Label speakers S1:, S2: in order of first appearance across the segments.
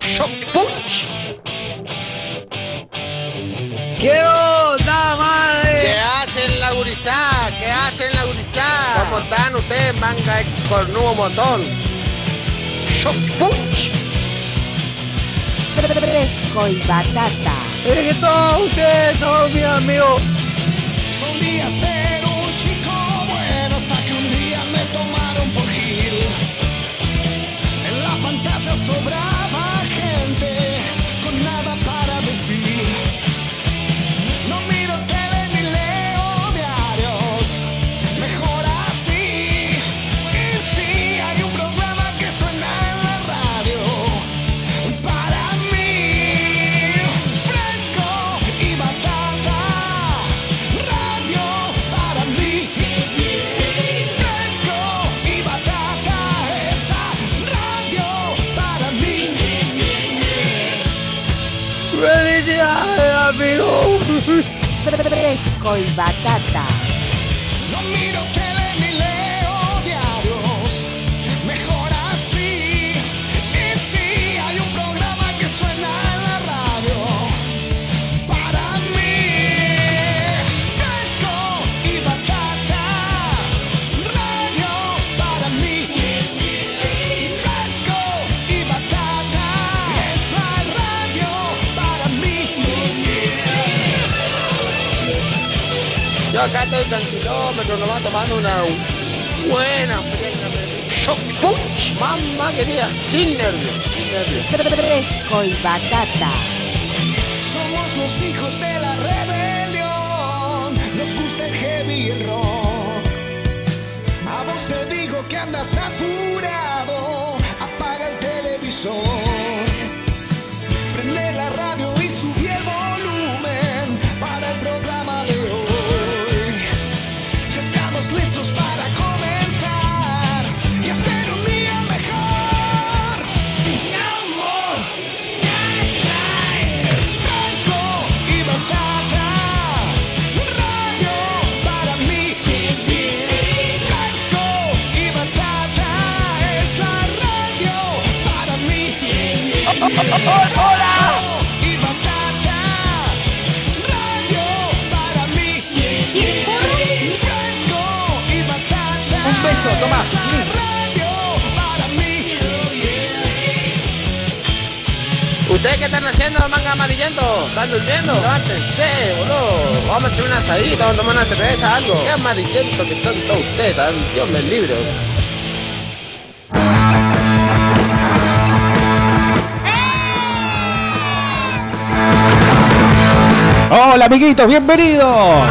S1: Shock Punch.
S2: ¿Qué onda, madre?
S1: ¿Qué hacen la gurizada? ¿Qué hacen la gurizada? ¿Cómo están ustedes, manga de cornudo motor? Shock Punch.
S3: Fresco y batata.
S2: Es que todos ustedes son mis amigos.
S4: Solía ser un chico bueno hasta que un día me tomaron por Gil. En la fantasía sobraba gente con nada para decir. No miro tele ni leo diarios, mejor así. Y si hay un programa que suena en la radio, para mí, fresco y batata. Radio para mí, fresco y batata. Esa radio para mí.
S2: ¡Felicidades, amigo!
S3: Fresco y batata.
S4: No miro tele ni leo diarios, mejor así. Y si hay un programa que suena en la radio, para mí, fresco y batata. Radio para mí, fresco y batata. Es la radio para mí.
S1: Yo acá estoy tranquilo, pero nomás tomando una buena fresca. pero- Shock Punch. Mamma querida, sin nervios, sin nervios.
S3: Fresco y batata.
S4: Somos los hijos de la rebelión. Nos gusta el heavy y el rock. A vos te digo que andas apurado. Apaga el televisor. Prende la radio y subí el volumen para el programa de hoy. Ya estamos listos para comenzar y hacer un día mejor. No more night. Fresco y batata. Radio para mí. Fresco y batata es la radio para mí. Hola. Y batata. Radio para mí. Fresco y batata. Un beso, toma. Radio para mí.
S1: ¿Ustedes qué están haciendo, manga amarillento? ¿Están durmiendo? Levántense, boludo. Vamos a hacer una asadita, vamos a tomar una cerveza, algo. Qué amarillento que son todos ustedes, tan- Dios me libre.
S5: Hola amiguitos, bienvenidos.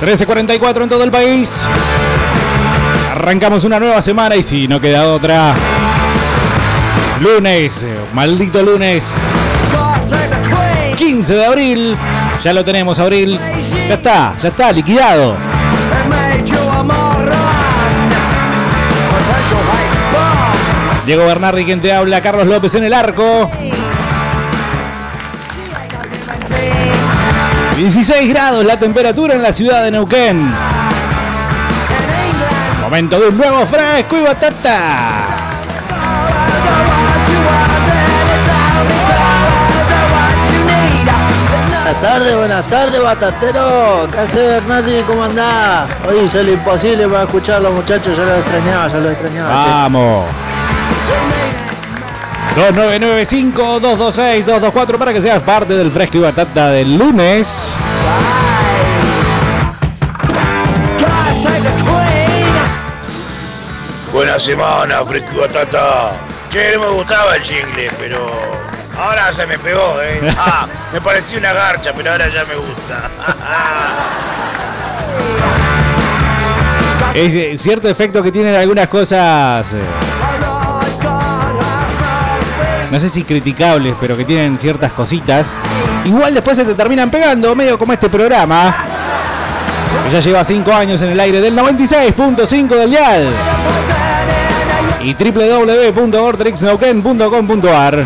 S5: 1344 en todo el país. Arrancamos una nueva semana y si no queda otra. Lunes, eh, maldito lunes. 15 de abril. Ya lo tenemos, abril. Ya está, ya está, liquidado. Diego Bernardi quien te habla, Carlos López en el arco. 16 grados la temperatura en la ciudad de Neuquén. Momento de un nuevo fresco y batata.
S6: Buenas tardes, buenas tardes, batatero. ¿Qué hace Bernardi? ¿Cómo andás? Hoy hice lo imposible para escucharlo, muchachos. Yo lo extrañaba, yo lo extrañaba.
S5: Vamos. 2995-226-224 para que seas parte del fresco y batata del lunes.
S7: Buena semana, Fresco y Batata. Che, no me gustaba el jingle, pero ahora se me pegó, ¿eh? Ah, me parecía una garcha, pero ahora ya me gusta.
S5: Es eh, cierto efecto que tienen algunas cosas. eh, No sé si criticables, pero que tienen ciertas cositas. Igual después se te terminan pegando, medio como este programa. Que ya lleva 5 años en el aire del 96.5 del Dial. Y www.ortrixnauquen.com.ar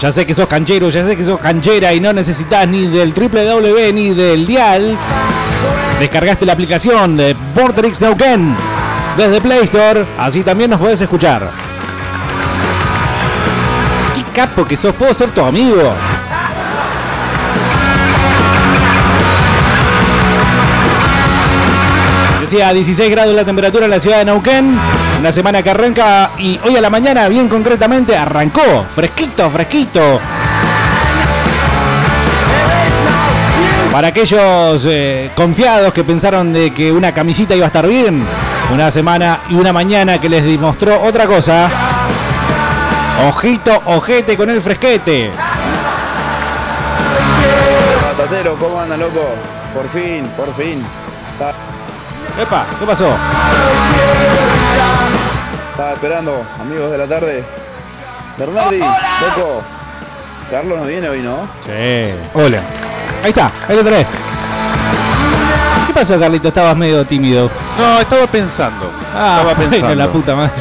S5: Ya sé que sos canchero, ya sé que sos canchera y no necesitas ni del www ni del Dial. Descargaste la aplicación de Vortrix Neuquén desde Play Store, así también nos podés escuchar. capo que sos, puedo ser tu amigo. Decía 16 grados la temperatura en la ciudad de Neuquén. Una semana que arranca y hoy a la mañana, bien concretamente, arrancó. Fresquito, fresquito. Para aquellos eh, confiados que pensaron de que una camisita iba a estar bien, una semana y una mañana que les demostró otra cosa. Ojito, ojete con el fresquete.
S8: Batatero, ¿cómo anda, loco? Por fin, por fin. Estaba,
S5: Epa, ¿qué pasó?
S8: estaba esperando, amigos de la tarde. Bernardi, loco. Carlos no viene hoy, ¿no?
S5: Sí.
S9: Hola.
S5: Ahí está, ahí lo tenés. ¿Qué pasó, Carlito? Estabas medio tímido.
S9: No, estaba pensando.
S5: Ah,
S9: estaba
S5: bueno,
S9: pensando.
S5: la puta madre.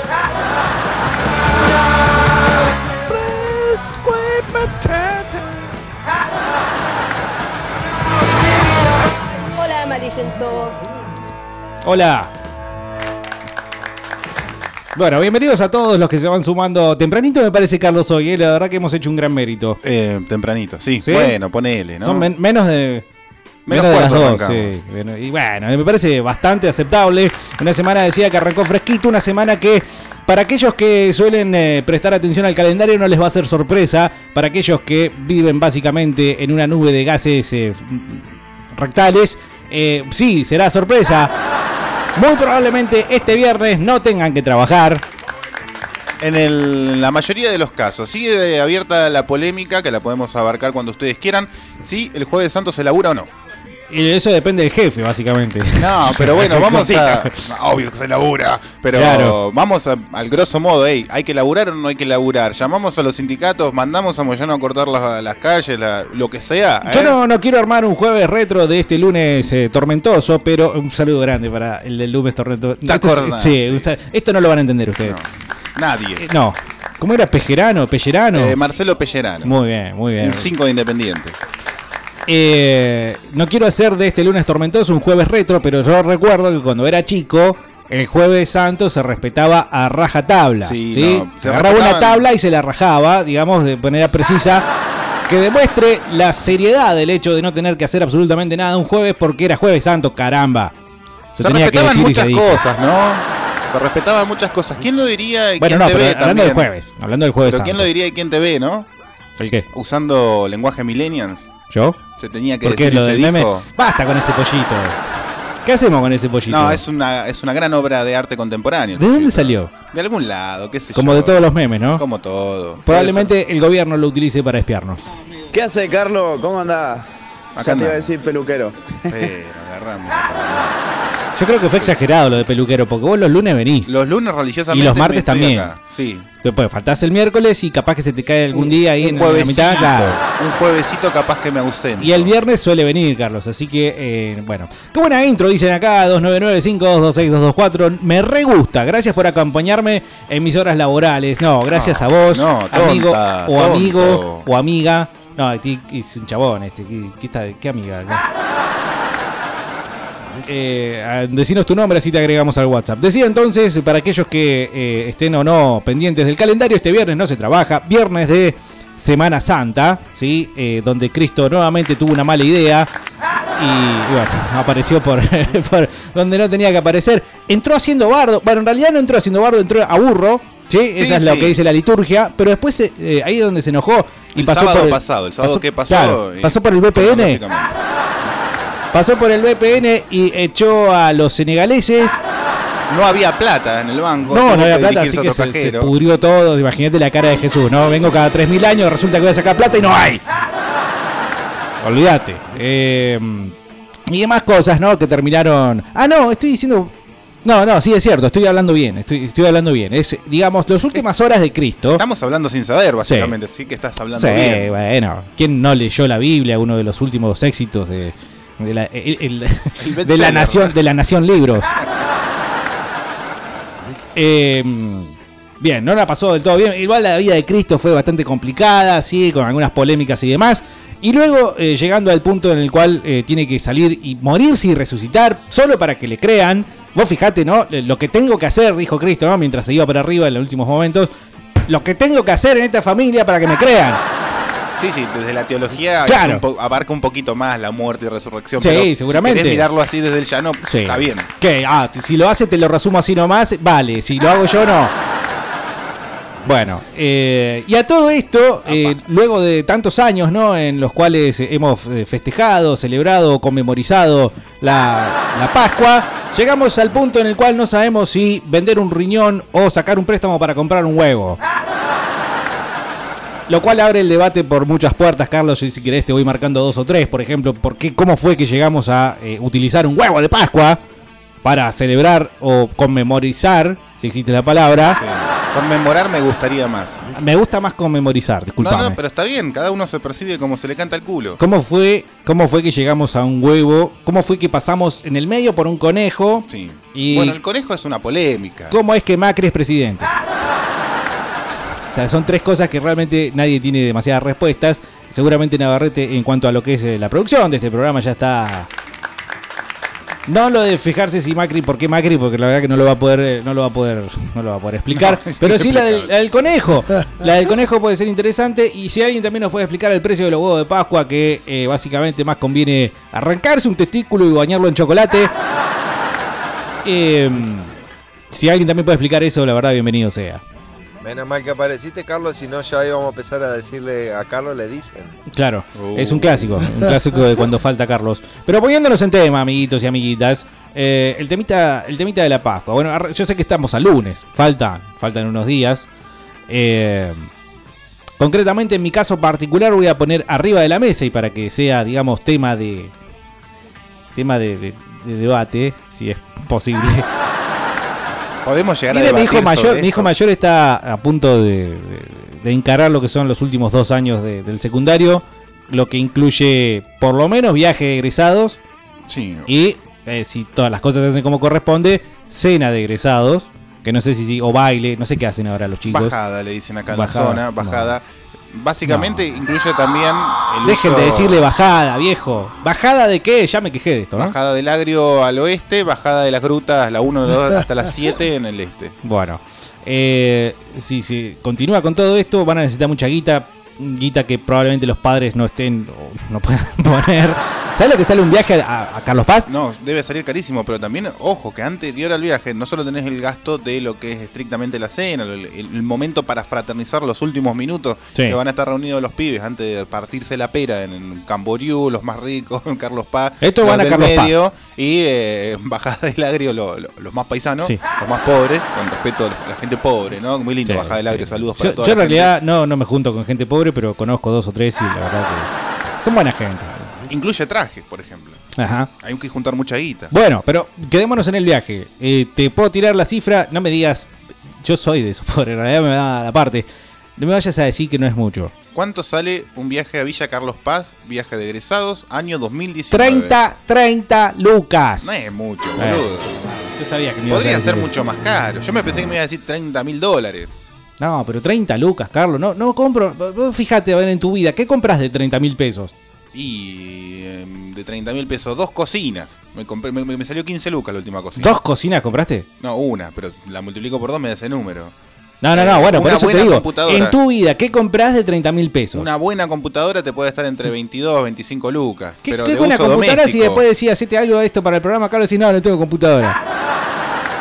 S10: Hola amarillentos.
S5: Hola. Bueno, bienvenidos a todos los que se van sumando. Tempranito me parece Carlos hoy, eh, la verdad que hemos hecho un gran mérito.
S9: Eh, tempranito, sí.
S5: ¿Sí?
S9: Bueno, ponele, ¿no?
S5: Son men- menos de.
S9: Menos
S5: de las
S9: cuarto
S5: dos,
S9: arrancamos.
S5: sí. Bueno, y bueno, me parece bastante aceptable. Una semana decía que arrancó fresquito, una semana que para aquellos que suelen eh, prestar atención al calendario no les va a ser sorpresa. Para aquellos que viven básicamente en una nube de gases eh, f- rectales, eh, sí, será sorpresa. Muy probablemente este viernes no tengan que trabajar.
S9: En, el- en la mayoría de los casos, sigue de- abierta la polémica, que la podemos abarcar cuando ustedes quieran, si el Jueves Santo se labura o no.
S5: Y eso depende del jefe, básicamente.
S9: No, pero bueno, vamos a.
S5: Cosita.
S9: Obvio que se labura. Pero
S5: Claro.
S9: vamos a- al grosso modo, ey, ¿hay que laburar o no hay que laburar? Llamamos a los sindicatos, mandamos a Moyano a cortar las, las calles, la- lo que sea.
S5: Yo
S9: ¿eh?
S5: no, no quiero armar un jueves retro de este lunes eh, tormentoso, pero un saludo grande para el del lunes tormentoso.
S9: ¿Te
S5: Esto,
S9: acordás?
S5: sí, un sal- esto no lo van a entender ustedes. Eh,
S9: Nadie.
S5: No. ¿Cómo era? ¿Pejerano? ¿Pellerano?
S9: Eh, Marcelo Pellerano.
S5: muy bien, muy bien.
S9: Un 5 de Independiente.
S5: Eh, no quiero hacer de este lunes tormentoso un jueves retro, pero yo recuerdo que cuando era chico, el jueves santo se respetaba a rajatabla.
S9: Sí,
S5: Sí,
S9: no, se
S5: se agarraba una
S9: respetaban.
S5: tabla y se la rajaba, digamos, de manera precisa, que demuestre la seriedad del hecho de no tener que hacer absolutamente nada un jueves porque era jueves santo, caramba.
S9: se
S5: Yo tenía que
S9: respetaban
S5: decir y se
S9: muchas
S5: dijo.
S9: cosas, ¿no? Se respetaban muchas cosas. ¿Quién lo diría y
S5: Bueno,
S9: quién
S5: no,
S9: te
S5: pero
S9: ve
S5: hablando
S9: también?
S5: del jueves, hablando del jueves
S9: Pero ¿quién
S5: santo.
S9: lo diría y quién te ve, no?
S5: ¿El qué?
S9: Usando lenguaje millennials.
S5: ¿Yo?
S9: Se tenía que
S5: ¿Por qué
S9: decir y
S5: lo
S9: se
S5: del meme?
S9: dijo.
S5: Basta con ese pollito. ¿Qué hacemos con ese pollito?
S9: No, es una, es una gran obra de arte contemporáneo.
S5: ¿De
S9: el
S5: dónde
S9: Chito.
S5: salió?
S9: De algún lado, qué sé
S5: Como
S9: yo.
S5: de todos los memes, ¿no?
S9: Como todo.
S5: Probablemente el gobierno lo utilice para espiarnos.
S8: ¿Qué hace, Carlos? ¿Cómo anda?
S9: Acá
S8: ya te
S9: anda.
S8: iba a decir peluquero.
S9: Pero agarramos.
S5: Yo creo que fue exagerado lo de peluquero, porque vos los lunes venís.
S9: Los lunes religiosamente.
S5: Y los martes
S9: me estoy
S5: también.
S9: acá. Sí.
S5: Después faltás el miércoles y capaz que se te cae algún día ahí en la mitad. claro.
S9: Un juevesito capaz que me ausente.
S5: Y el viernes suele venir, Carlos. Así que, eh, bueno. Qué buena intro, dicen acá, 299-5226224. Me re gusta. Gracias por acompañarme en mis horas laborales. No, gracias
S9: No,
S5: a vos,
S9: Ah, no, tonta,
S5: amigo o
S9: tonto.
S5: amigo o amiga. No, este es un chabón este. ¿Qué, qué está- qué amiga? Eh, a- decinos tu nombre, así te agregamos al WhatsApp. Decía entonces, para aquellos que eh, estén o no pendientes del calendario, este viernes no se trabaja, viernes de Semana Santa, ¿sí? Eh, donde Cristo nuevamente tuvo una mala idea y, y bueno, apareció por, por donde no tenía que aparecer. Entró haciendo bardo, bueno, en realidad no entró haciendo bardo, entró a burro. ¿sí? Esa es lo
S9: sí.
S5: que dice la liturgia, pero después eh, eh, ahí es donde se enojó y
S9: El
S5: pasó
S9: sábado
S5: por el,
S9: pasado, el sábado que pasó.
S5: claro,
S9: eh,
S5: pasó por el VPN,
S9: cronológicamente.
S5: Pasó por el VPN y echó a los senegaleses.
S9: No había plata en el banco.
S5: No,
S9: tuvo
S5: no había
S9: que
S5: plata,
S9: dirigirse
S5: así
S9: a
S5: que
S9: otro
S5: se, se
S9: cajero.
S5: pudrió todo. Imagínate la cara de Jesús, ¿no? Vengo cada 3.000 años, resulta que voy a sacar plata y no hay. Olvídate. Eh, y demás cosas, ¿no? Que terminaron. Ah, no, estoy diciendo. No, no, sí, es cierto, estoy hablando bien, estoy, estoy hablando bien. Es, digamos, las últimas horas de Cristo.
S9: Estamos hablando sin saber, básicamente. Así que estás hablando
S5: Sí,
S9: bien.
S5: bueno, ¿quién no leyó la Biblia? Uno de los últimos éxitos de, de la, el- el- de la
S9: bestseller.
S5: nación de la nación libros. Eh, bien, no la pasó del todo bien. Igual la vida de Cristo fue bastante complicada, sí, con algunas polémicas y demás. Y luego eh, llegando al punto en el cual eh, tiene que salir y morirse y resucitar solo para que le Eh, crean. Vos fijate, ¿no? Lo que tengo que hacer, dijo Cristo, ¿no? Mientras se iba para arriba en los últimos momentos lo que tengo que hacer en esta familia para que me crean.
S9: Sí, sí, desde la teología
S5: Claro.
S9: es un po- abarca un poquito más la muerte y resurrección.
S5: Sí,
S9: pero si
S5: seguramente.
S9: querés mirarlo así desde el llano,
S5: Sí.
S9: está bien.
S5: ¿Qué? Ah, t- si lo hace, te lo resumo así nomás. Vale, si lo hago yo, no. Bueno, eh, y a todo esto, eh, luego de tantos años, ¿no? En los cuales eh, hemos eh, festejado, celebrado, conmemorizado la, la Pascua, llegamos al punto en el cual no sabemos si vender un riñón o sacar un préstamo para comprar un huevo. Lo cual abre el debate por muchas puertas, Carlos, y si querés te voy marcando dos o tres, por ejemplo, por qué, cómo fue que llegamos a eh, utilizar un huevo de Pascua para celebrar o conmemorizar, si existe la palabra.
S9: Conmemorar me gustaría más.
S5: Me gusta más conmemorizar, disculpame.
S9: No, no, pero está bien, cada uno se percibe como se le canta el culo.
S5: ¿Cómo fue, ¿Cómo fue que llegamos a un huevo? ¿Cómo fue que pasamos en el medio por un conejo?
S9: Sí.
S5: Y-
S9: Bueno, el conejo es una polémica.
S5: ¿Cómo es que Macri es presidente? O sea, son tres cosas que realmente nadie tiene demasiadas respuestas. Seguramente Navarrete, en cuanto a lo que es eh, la producción de este programa, ya está. No lo de fijarse si Macri, por qué Macri, porque la verdad que no lo va a poder, eh, no lo va a poder, no lo va a poder explicar.
S9: No, es
S5: pero sí la del,
S9: inexplicable.
S5: la del conejo. La del conejo puede ser interesante. Y si alguien también nos puede explicar el precio de los huevos de Pascua, que eh, básicamente más conviene arrancarse un testículo y bañarlo en chocolate. Em, si alguien también puede explicar eso, la verdad, bienvenido sea.
S11: Menos mal que apareciste, Carlos, si no ya íbamos a empezar a decirle a Carlos, le dicen.
S5: Claro,
S9: Uh.
S5: es un clásico, un clásico de cuando falta Carlos. Pero poniéndonos en tema, amiguitos y amiguitas, eh, el, temita, el temita de la Pascua. Bueno, arre- yo sé que estamos al lunes, faltan, faltan unos días. Eh, concretamente, en mi caso particular, voy a poner arriba de la mesa y para que sea, digamos, tema de. tema de, de- de debate, si es posible.
S9: Podemos llegar
S5: Mire,
S9: a
S5: mi hijo
S9: debatir sobre
S5: mayor, mi
S9: esto.
S5: hijo mayor está a punto de, de- de encarar lo que son los últimos dos años de- del secundario, lo que incluye por lo menos viaje de egresados
S9: Sí.
S5: y eh, si todas las cosas se hacen como corresponde, cena de egresados, que no sé si si- o baile, no sé qué hacen ahora los chicos.
S9: Bajada, le dicen acá en
S5: Bajada,
S9: la zona,
S5: no.
S9: bajada. Básicamente incluye también el
S5: Dejen
S9: uso-
S5: de decirle bajada, viejo. ¿Bajada de qué? Ya me quejé de esto, ¿no?
S9: Bajada del agrio al oeste, bajada de las grutas, la 1, la 2 hasta las 7 en el este.
S5: Bueno, eh, si si continúa con todo esto, van a necesitar mucha guita. Guita que probablemente los padres no estén o no puedan poner. ¿Sabes lo que sale un viaje a, a Carlos Paz?
S9: No, debe salir carísimo, pero también, ojo, que anterior al viaje no solo tenés el gasto de lo que es estrictamente la cena, el, el momento para fraternizar los últimos minutos
S5: Sí.
S9: que van a estar reunidos los pibes antes de partirse la pera en Camboriú, los más ricos, en Carlos Paz,
S5: Estos
S9: los
S5: van a
S9: del
S5: Carlos Paz.
S9: medio y eh, Bajada del Agrio, lo- lo- los más paisanos,
S5: Sí.
S9: los más pobres, con respeto a la gente pobre, ¿no? Muy lindo
S5: Sí,
S9: Bajada del Agrio,
S5: sí.
S9: saludos para
S5: Yo,
S9: todos.
S5: yo en realidad no, no me junto con gente pobre, pero conozco dos o tres y la verdad que son buena gente.
S9: Incluye trajes, por ejemplo.
S5: Ajá.
S9: Hay que juntar mucha guita.
S5: Bueno, pero quedémonos en el viaje. Eh, te puedo tirar la cifra, no me digas. Yo soy de eso, pobre, en realidad me da la parte. No me vayas a decir que no es mucho.
S9: ¿Cuánto sale un viaje a Villa Carlos Paz, viaje de egresados, año 2019?
S5: 30, 30 lucas.
S9: No es mucho,
S5: Eh,
S9: boludo.
S5: Yo sabía que me ibas a
S9: Podría
S5: decir
S9: ser
S5: eso.
S9: mucho más caro. Yo me pensé que me iba a decir 30 mil dólares.
S5: No, pero 30 lucas, Carlos. No, no compro. Vos fíjate, a ver, en tu vida, ¿qué compras de 30 mil pesos?
S9: Y em, de 30 mil pesos, dos cocinas. Me, compré- me, me salió 15 lucas la última cocina.
S5: ¿Dos cocinas compraste?
S9: No, una, pero la multiplico por dos me da ese número.
S5: No, no,
S9: Eh,
S5: no. Bueno, por
S9: una
S5: eso te
S9: buena
S5: digo.
S9: computadora.
S5: En tu vida, ¿qué compras de 30 mil pesos?
S9: Una buena computadora te puede estar entre 22, 25 lucas.
S5: ¿Qué,
S9: pero
S5: qué
S9: de
S5: con la
S9: uso
S5: computadora si
S9: doméstico.
S5: después decís, hacete algo de esto para el programa, Carlos? Y no, no tengo computadora.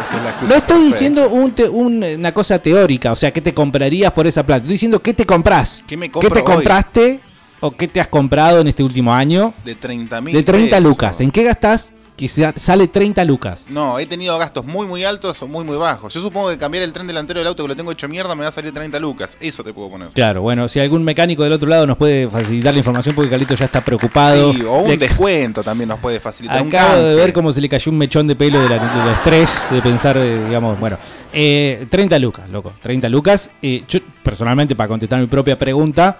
S9: Es que es la excusa
S5: No estoy
S9: perfecta.
S5: diciendo un te- un- una cosa teórica, o sea, ¿qué te comprarías por esa plata? Estoy diciendo, ¿qué te compras?
S9: ¿Qué me compro
S5: te
S9: hoy?
S5: compraste o qué te has comprado en este último año?
S9: De 30 mil
S5: De 30 lucas. ¿En qué gastás que sea- sale 30 lucas?
S9: No, he tenido gastos muy muy altos o muy muy bajos. Yo supongo que cambiar el tren delantero del auto que lo tengo hecho mierda me va a salir 30 lucas. Eso te puedo poner.
S5: Claro, bueno, si algún mecánico del otro lado nos puede facilitar la información porque Carlito ya está preocupado.
S9: Sí, o un
S5: Le-
S9: descuento también nos puede facilitar. un
S5: Acabo de
S9: canje.
S5: ver cómo se le cayó un mechón de pelo de la- del estrés, de pensar, eh, digamos, bueno. Eh, 30 lucas, loco, 30 lucas. Eh, yo, personalmente, para contestar mi propia pregunta,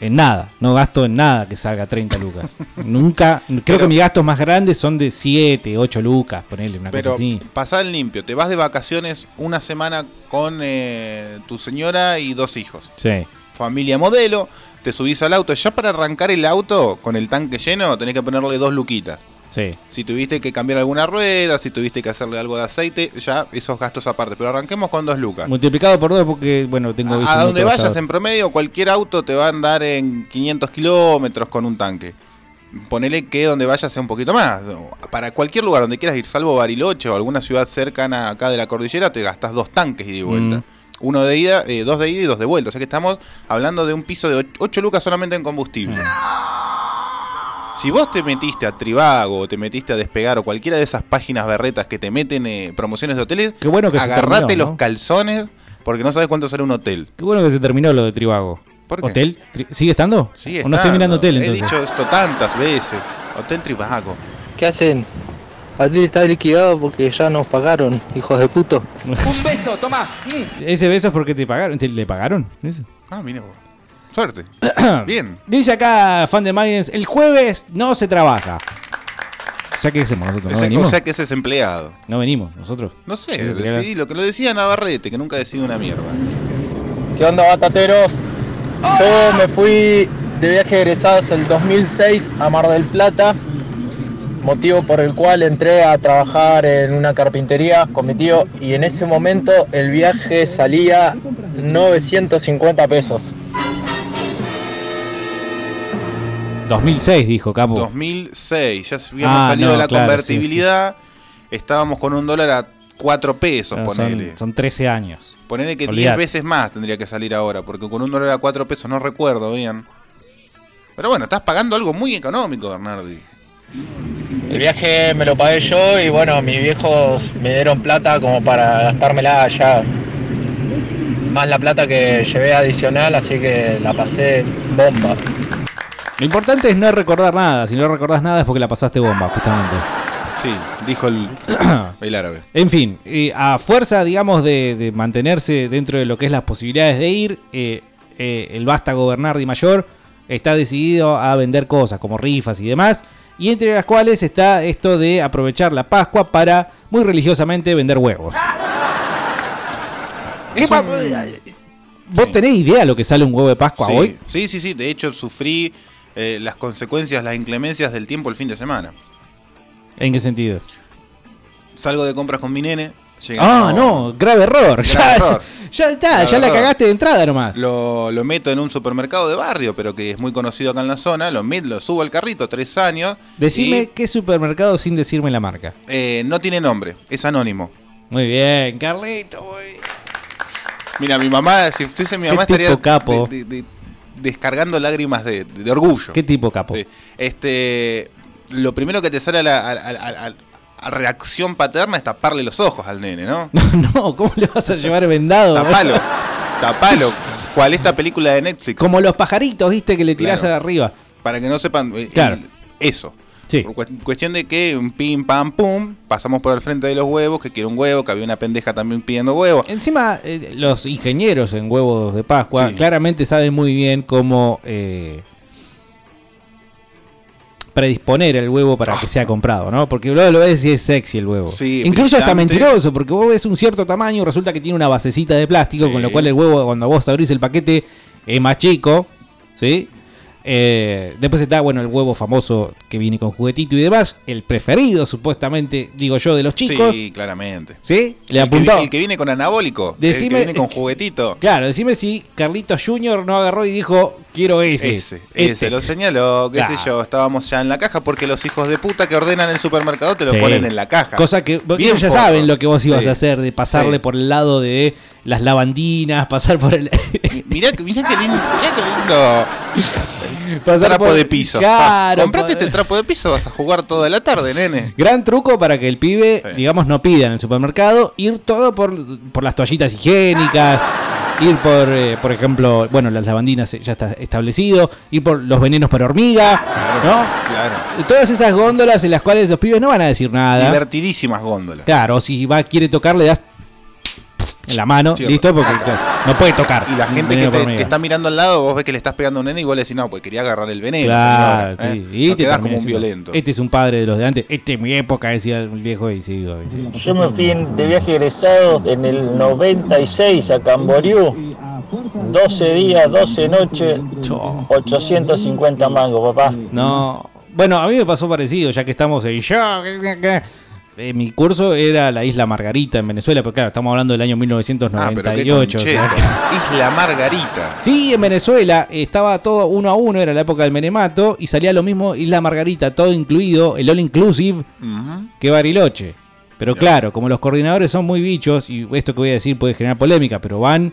S5: en nada, no gasto en nada que salga 30 lucas. Nunca, creo
S9: Pero-
S5: que mis gastos más grandes son de 7, 8 lucas, ponerle una cosa
S9: Pero
S5: así.
S9: pasar limpio, te vas de vacaciones una semana con eh, tu señora y dos hijos.
S5: Sí.
S9: Familia modelo, te subís al auto. Ya para arrancar el auto con el tanque lleno tenés que ponerle dos luquitas.
S5: Sí.
S9: Si tuviste que cambiar alguna rueda, si tuviste que hacerle algo de aceite, ya esos gastos aparte. Pero arranquemos con dos lucas.
S5: Multiplicado por dos porque, bueno, tengo...
S9: A,
S5: visión
S9: a donde vayas,
S5: autorizada.
S9: en promedio, cualquier auto te va a andar en 500 kilómetros con un tanque. Ponele que donde vayas sea un poquito más. O Para cualquier lugar donde quieras ir, salvo Bariloche o alguna ciudad cercana acá de la cordillera, te gastas dos tanques y de vuelta.
S5: Mm.
S9: Uno de ida, eh, dos de ida y dos de vuelta. O sea que estamos hablando de un piso de 8 lucas solamente en combustible.
S5: Mm.
S9: Si vos te metiste a Tribago, o te metiste a Despegar o cualquiera de esas páginas berretas que te meten eh, promociones de hoteles,
S5: Qué bueno que se
S9: agarrate
S5: terminó,
S9: los
S5: ¿no?
S9: calzones porque no sabes cuánto sale un hotel.
S5: Qué bueno que se terminó lo de Tribago.
S9: ¿Por qué?
S5: ¿Hotel? Tri- ¿Sigue estando?
S9: Sigue
S5: ¿O no estoy
S9: estando.
S5: mirando hotel entonces?
S9: He dicho esto tantas veces. Hotel Tribago.
S6: ¿Qué hacen? Adri está liquidado porque ya nos pagaron, hijos de puto.
S12: Un beso, toma.
S9: Eh.
S5: Ese beso es porque te pagaron. ¿Te- ¿Le pagaron? Eso.
S9: Ah, mire vos. Suerte. Bien.
S5: Dice acá, fan de Maidens, el jueves no se trabaja. O sea, ¿qué hacemos nosotros? ¿No
S9: Ese- o
S5: venimos?
S9: sea que ese es empleado.
S5: No venimos, nosotros.
S9: No sé,
S5: Ese sería-
S9: decidí lo que lo decía Navarrete, que nunca decía una mierda.
S13: ¿Qué onda, batateros? Yo me fui de viaje egresados el 2006 a Mar del Plata, motivo por el cual entré a trabajar en una carpintería con mi tío y en ese momento el viaje salía 950 pesos.
S5: 2006, dijo Capo.
S9: 2006, ya habíamos
S5: Ah,
S9: salido
S5: no,
S9: de la
S5: claro,
S9: convertibilidad, estábamos con un dólar a 4 pesos,
S5: No,
S9: ponele.
S5: son, son 13 años.
S9: Ponele que 10
S5: Olvidate.
S9: veces más tendría que salir ahora, porque con un dólar a 4 pesos no recuerdo bien. Pero bueno, estás pagando algo muy económico, Bernardi.
S13: El viaje me lo pagué yo y bueno, mis viejos me dieron plata como para gastármela allá. Más la plata que llevé adicional, así que la pasé bomba.
S5: Lo importante es no recordar nada. Si no recordás nada es porque la pasaste bomba, justamente.
S9: Sí, dijo el, el árabe.
S5: En fin, eh, a fuerza, digamos, de, de mantenerse dentro de lo que es las posibilidades de ir, eh, eh, el vástago Bernardi Mayor está decidido a vender cosas como rifas y demás, y entre las cuales está esto de aprovechar la Pascua para, muy religiosamente, vender huevos.
S9: Es un-
S5: eh, ¿Vos tenés idea lo que sale un huevo de Pascua
S9: sí,
S5: hoy?
S9: sí, sí, sí, de hecho sufrí eh, las consecuencias, las inclemencias del tiempo el fin de semana.
S5: ¿En qué sentido?
S9: Salgo de compras con mi nene.
S5: Ah, no, grave error. ya,
S9: error.
S5: ya está,
S9: Grave
S5: ya la
S9: error.
S5: cagaste de entrada nomás.
S9: Lo, lo meto en un supermercado de barrio, pero que es muy conocido acá en la zona. Lo, met- lo subo al carrito, tres años.
S5: Decime
S9: y,
S5: qué supermercado sin decirme la marca.
S9: eh, no tiene nombre, es anónimo.
S5: Muy bien, Eh, Carlito.
S9: Mira, mi mamá, si estuviese mi mamá,
S5: ¿Qué tipo
S9: estaría
S5: capo?
S9: de- de- de- descargando lágrimas de, de- de orgullo.
S5: ¿Qué tipo capo?
S9: Sí. Este, lo primero que te sale a la a- a- a- a reacción paterna es taparle los ojos al nene, ¿no?
S5: No, ¿cómo le vas a llevar vendado?
S9: Tapalo, tapalo. ¿Cuál esta película de Netflix?
S5: Como los pajaritos, viste, que le tirás
S9: Claro.
S5: arriba.
S9: Para que no sepan eh,
S5: Claro.
S9: el- eso.
S5: Sí.
S9: Por cuest- cuestión de que un pim, pam, pum, pasamos por el frente de los huevos, que quiere un huevo, que había una pendeja también pidiendo huevo.
S5: Encima, eh, los ingenieros en huevos de Pascua
S9: Sí.
S5: claramente saben muy bien cómo eh, predisponer el huevo para que sea comprado, ¿no? Porque luego lo ves y es sexy el huevo.
S9: Ah. Sí,
S5: Incluso hasta
S9: brillante.
S5: mentiroso, porque vos ves un cierto tamaño y resulta que tiene una basecita de plástico, con lo cual el huevo, cuando vos abrís el paquete, es más chico, ¿sí? Eh, después está, bueno, el huevo famoso que viene con juguetito y demás, el preferido, supuestamente, digo yo, de los chicos.
S9: Sí, claramente.
S5: ¿Sí? Le
S9: el, que,
S5: apuntó.
S9: vi- el que viene con anabólico. el que
S5: Decime-
S9: viene con juguetito.
S5: Claro, decime si Carlitos Jr. no agarró y dijo, quiero ese.
S9: Ese,
S5: este".
S9: ese lo señaló, qué
S5: Claro.
S9: sé yo, estábamos ya en la caja porque los hijos de puta que ordenan el supermercado te lo
S5: Sí.
S9: ponen en la caja.
S5: Cosa que vos-
S9: Bien
S5: ellos ya
S9: forro.
S5: saben lo que vos ibas
S9: Sí.
S5: a hacer, de pasarle
S9: Sí.
S5: por el lado de las lavandinas, pasar por el...
S9: Mirá, que- mirá qué lindo, mirá qué lindo.
S5: Pasar
S9: trapo
S5: por-
S9: de piso.
S5: Claro,
S9: Pa, comprate
S5: pa-
S9: este trapo de piso, vas a jugar toda la tarde, nene.
S5: Gran truco para que el pibe, digamos, no pida en el supermercado, ir todo por, por las toallitas higiénicas, ir por, eh, por ejemplo, bueno, las lavandinas eh, ya está establecido, ir por los venenos para hormiga, ¿no?
S9: Claro.
S5: Todas esas góndolas en las cuales los pibes no van a decir nada.
S9: Divertidísimas góndolas.
S5: Claro, o si va, quiere tocar, le das en la mano,
S9: Sí,
S5: listo, porque claro, no puede tocar.
S9: Y la gente que, te- que está mirando al lado, vos ves que le estás pegando a un nene y vos le decís, no, pues quería agarrar el veneno.
S5: Claro,
S9: señora",
S5: sí.
S9: ¿eh?
S5: Y
S9: No
S5: te
S9: quedás
S5: termina
S9: como un
S5: diciendo,
S9: violento.
S5: Este es un padre de los de antes. Este es mi época, decía el viejo y sí, digo, y sí.
S13: Yo me fui en- de viaje egresado en el 96 a Camboriú. 12 días, 12 noches, 850 mangos, papá.
S5: No. Bueno, a mí me pasó parecido, ya que estamos en yo. eh, mi curso era la Isla Margarita en Venezuela, pero claro, estamos hablando del año 1998.
S9: Ah, pero qué
S5: o sea.
S9: concheta. Isla Margarita.
S5: Sí, en Venezuela estaba todo uno a uno, era la época del Menemato, y salía lo mismo Isla Margarita, todo incluido, el All Inclusive, que Bariloche. Pero claro, como los coordinadores son muy bichos, y esto que voy a decir puede generar polémica, pero van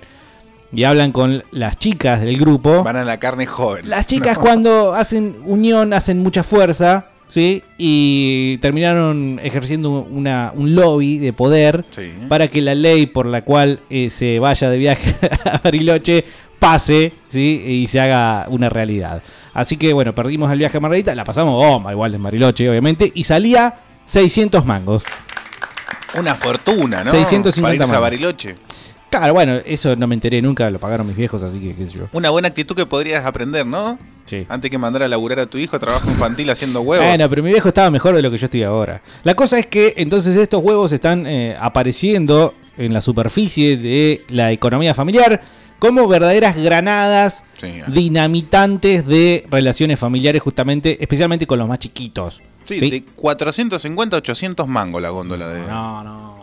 S5: y hablan con las chicas del grupo.
S9: Van a la carne joven.
S5: Las chicas
S9: No.
S5: cuando hacen unión hacen mucha fuerza, ¿sí? Y terminaron ejerciendo una, un lobby de poder para que la ley por la cual eh, se vaya de viaje a Bariloche pase, ¿sí? Y se haga una realidad. Así que bueno, perdimos el viaje a Margarita, la pasamos bomba igual en Bariloche, obviamente, y salía 600 mangos.
S9: Una fortuna, ¿no?
S5: 650
S9: Para irse a
S5: mangos.
S9: Bariloche.
S5: Claro, bueno, eso no me enteré nunca, lo pagaron mis viejos, así que qué sé yo.
S9: Una buena actitud que podrías aprender, ¿no?
S5: Sí.
S9: Antes que mandar a laburar a tu hijo a trabajo infantil haciendo huevos.
S5: Bueno, pero mi viejo estaba mejor de lo que yo estoy ahora. La cosa es que entonces estos huevos están eh, apareciendo en la superficie de la economía familiar como verdaderas granadas
S9: ah.
S5: dinamitantes de relaciones familiares justamente, especialmente con los más chiquitos.
S9: Sí,
S5: ¿sí?
S9: de 450 a 800 mango la góndola de. No, no.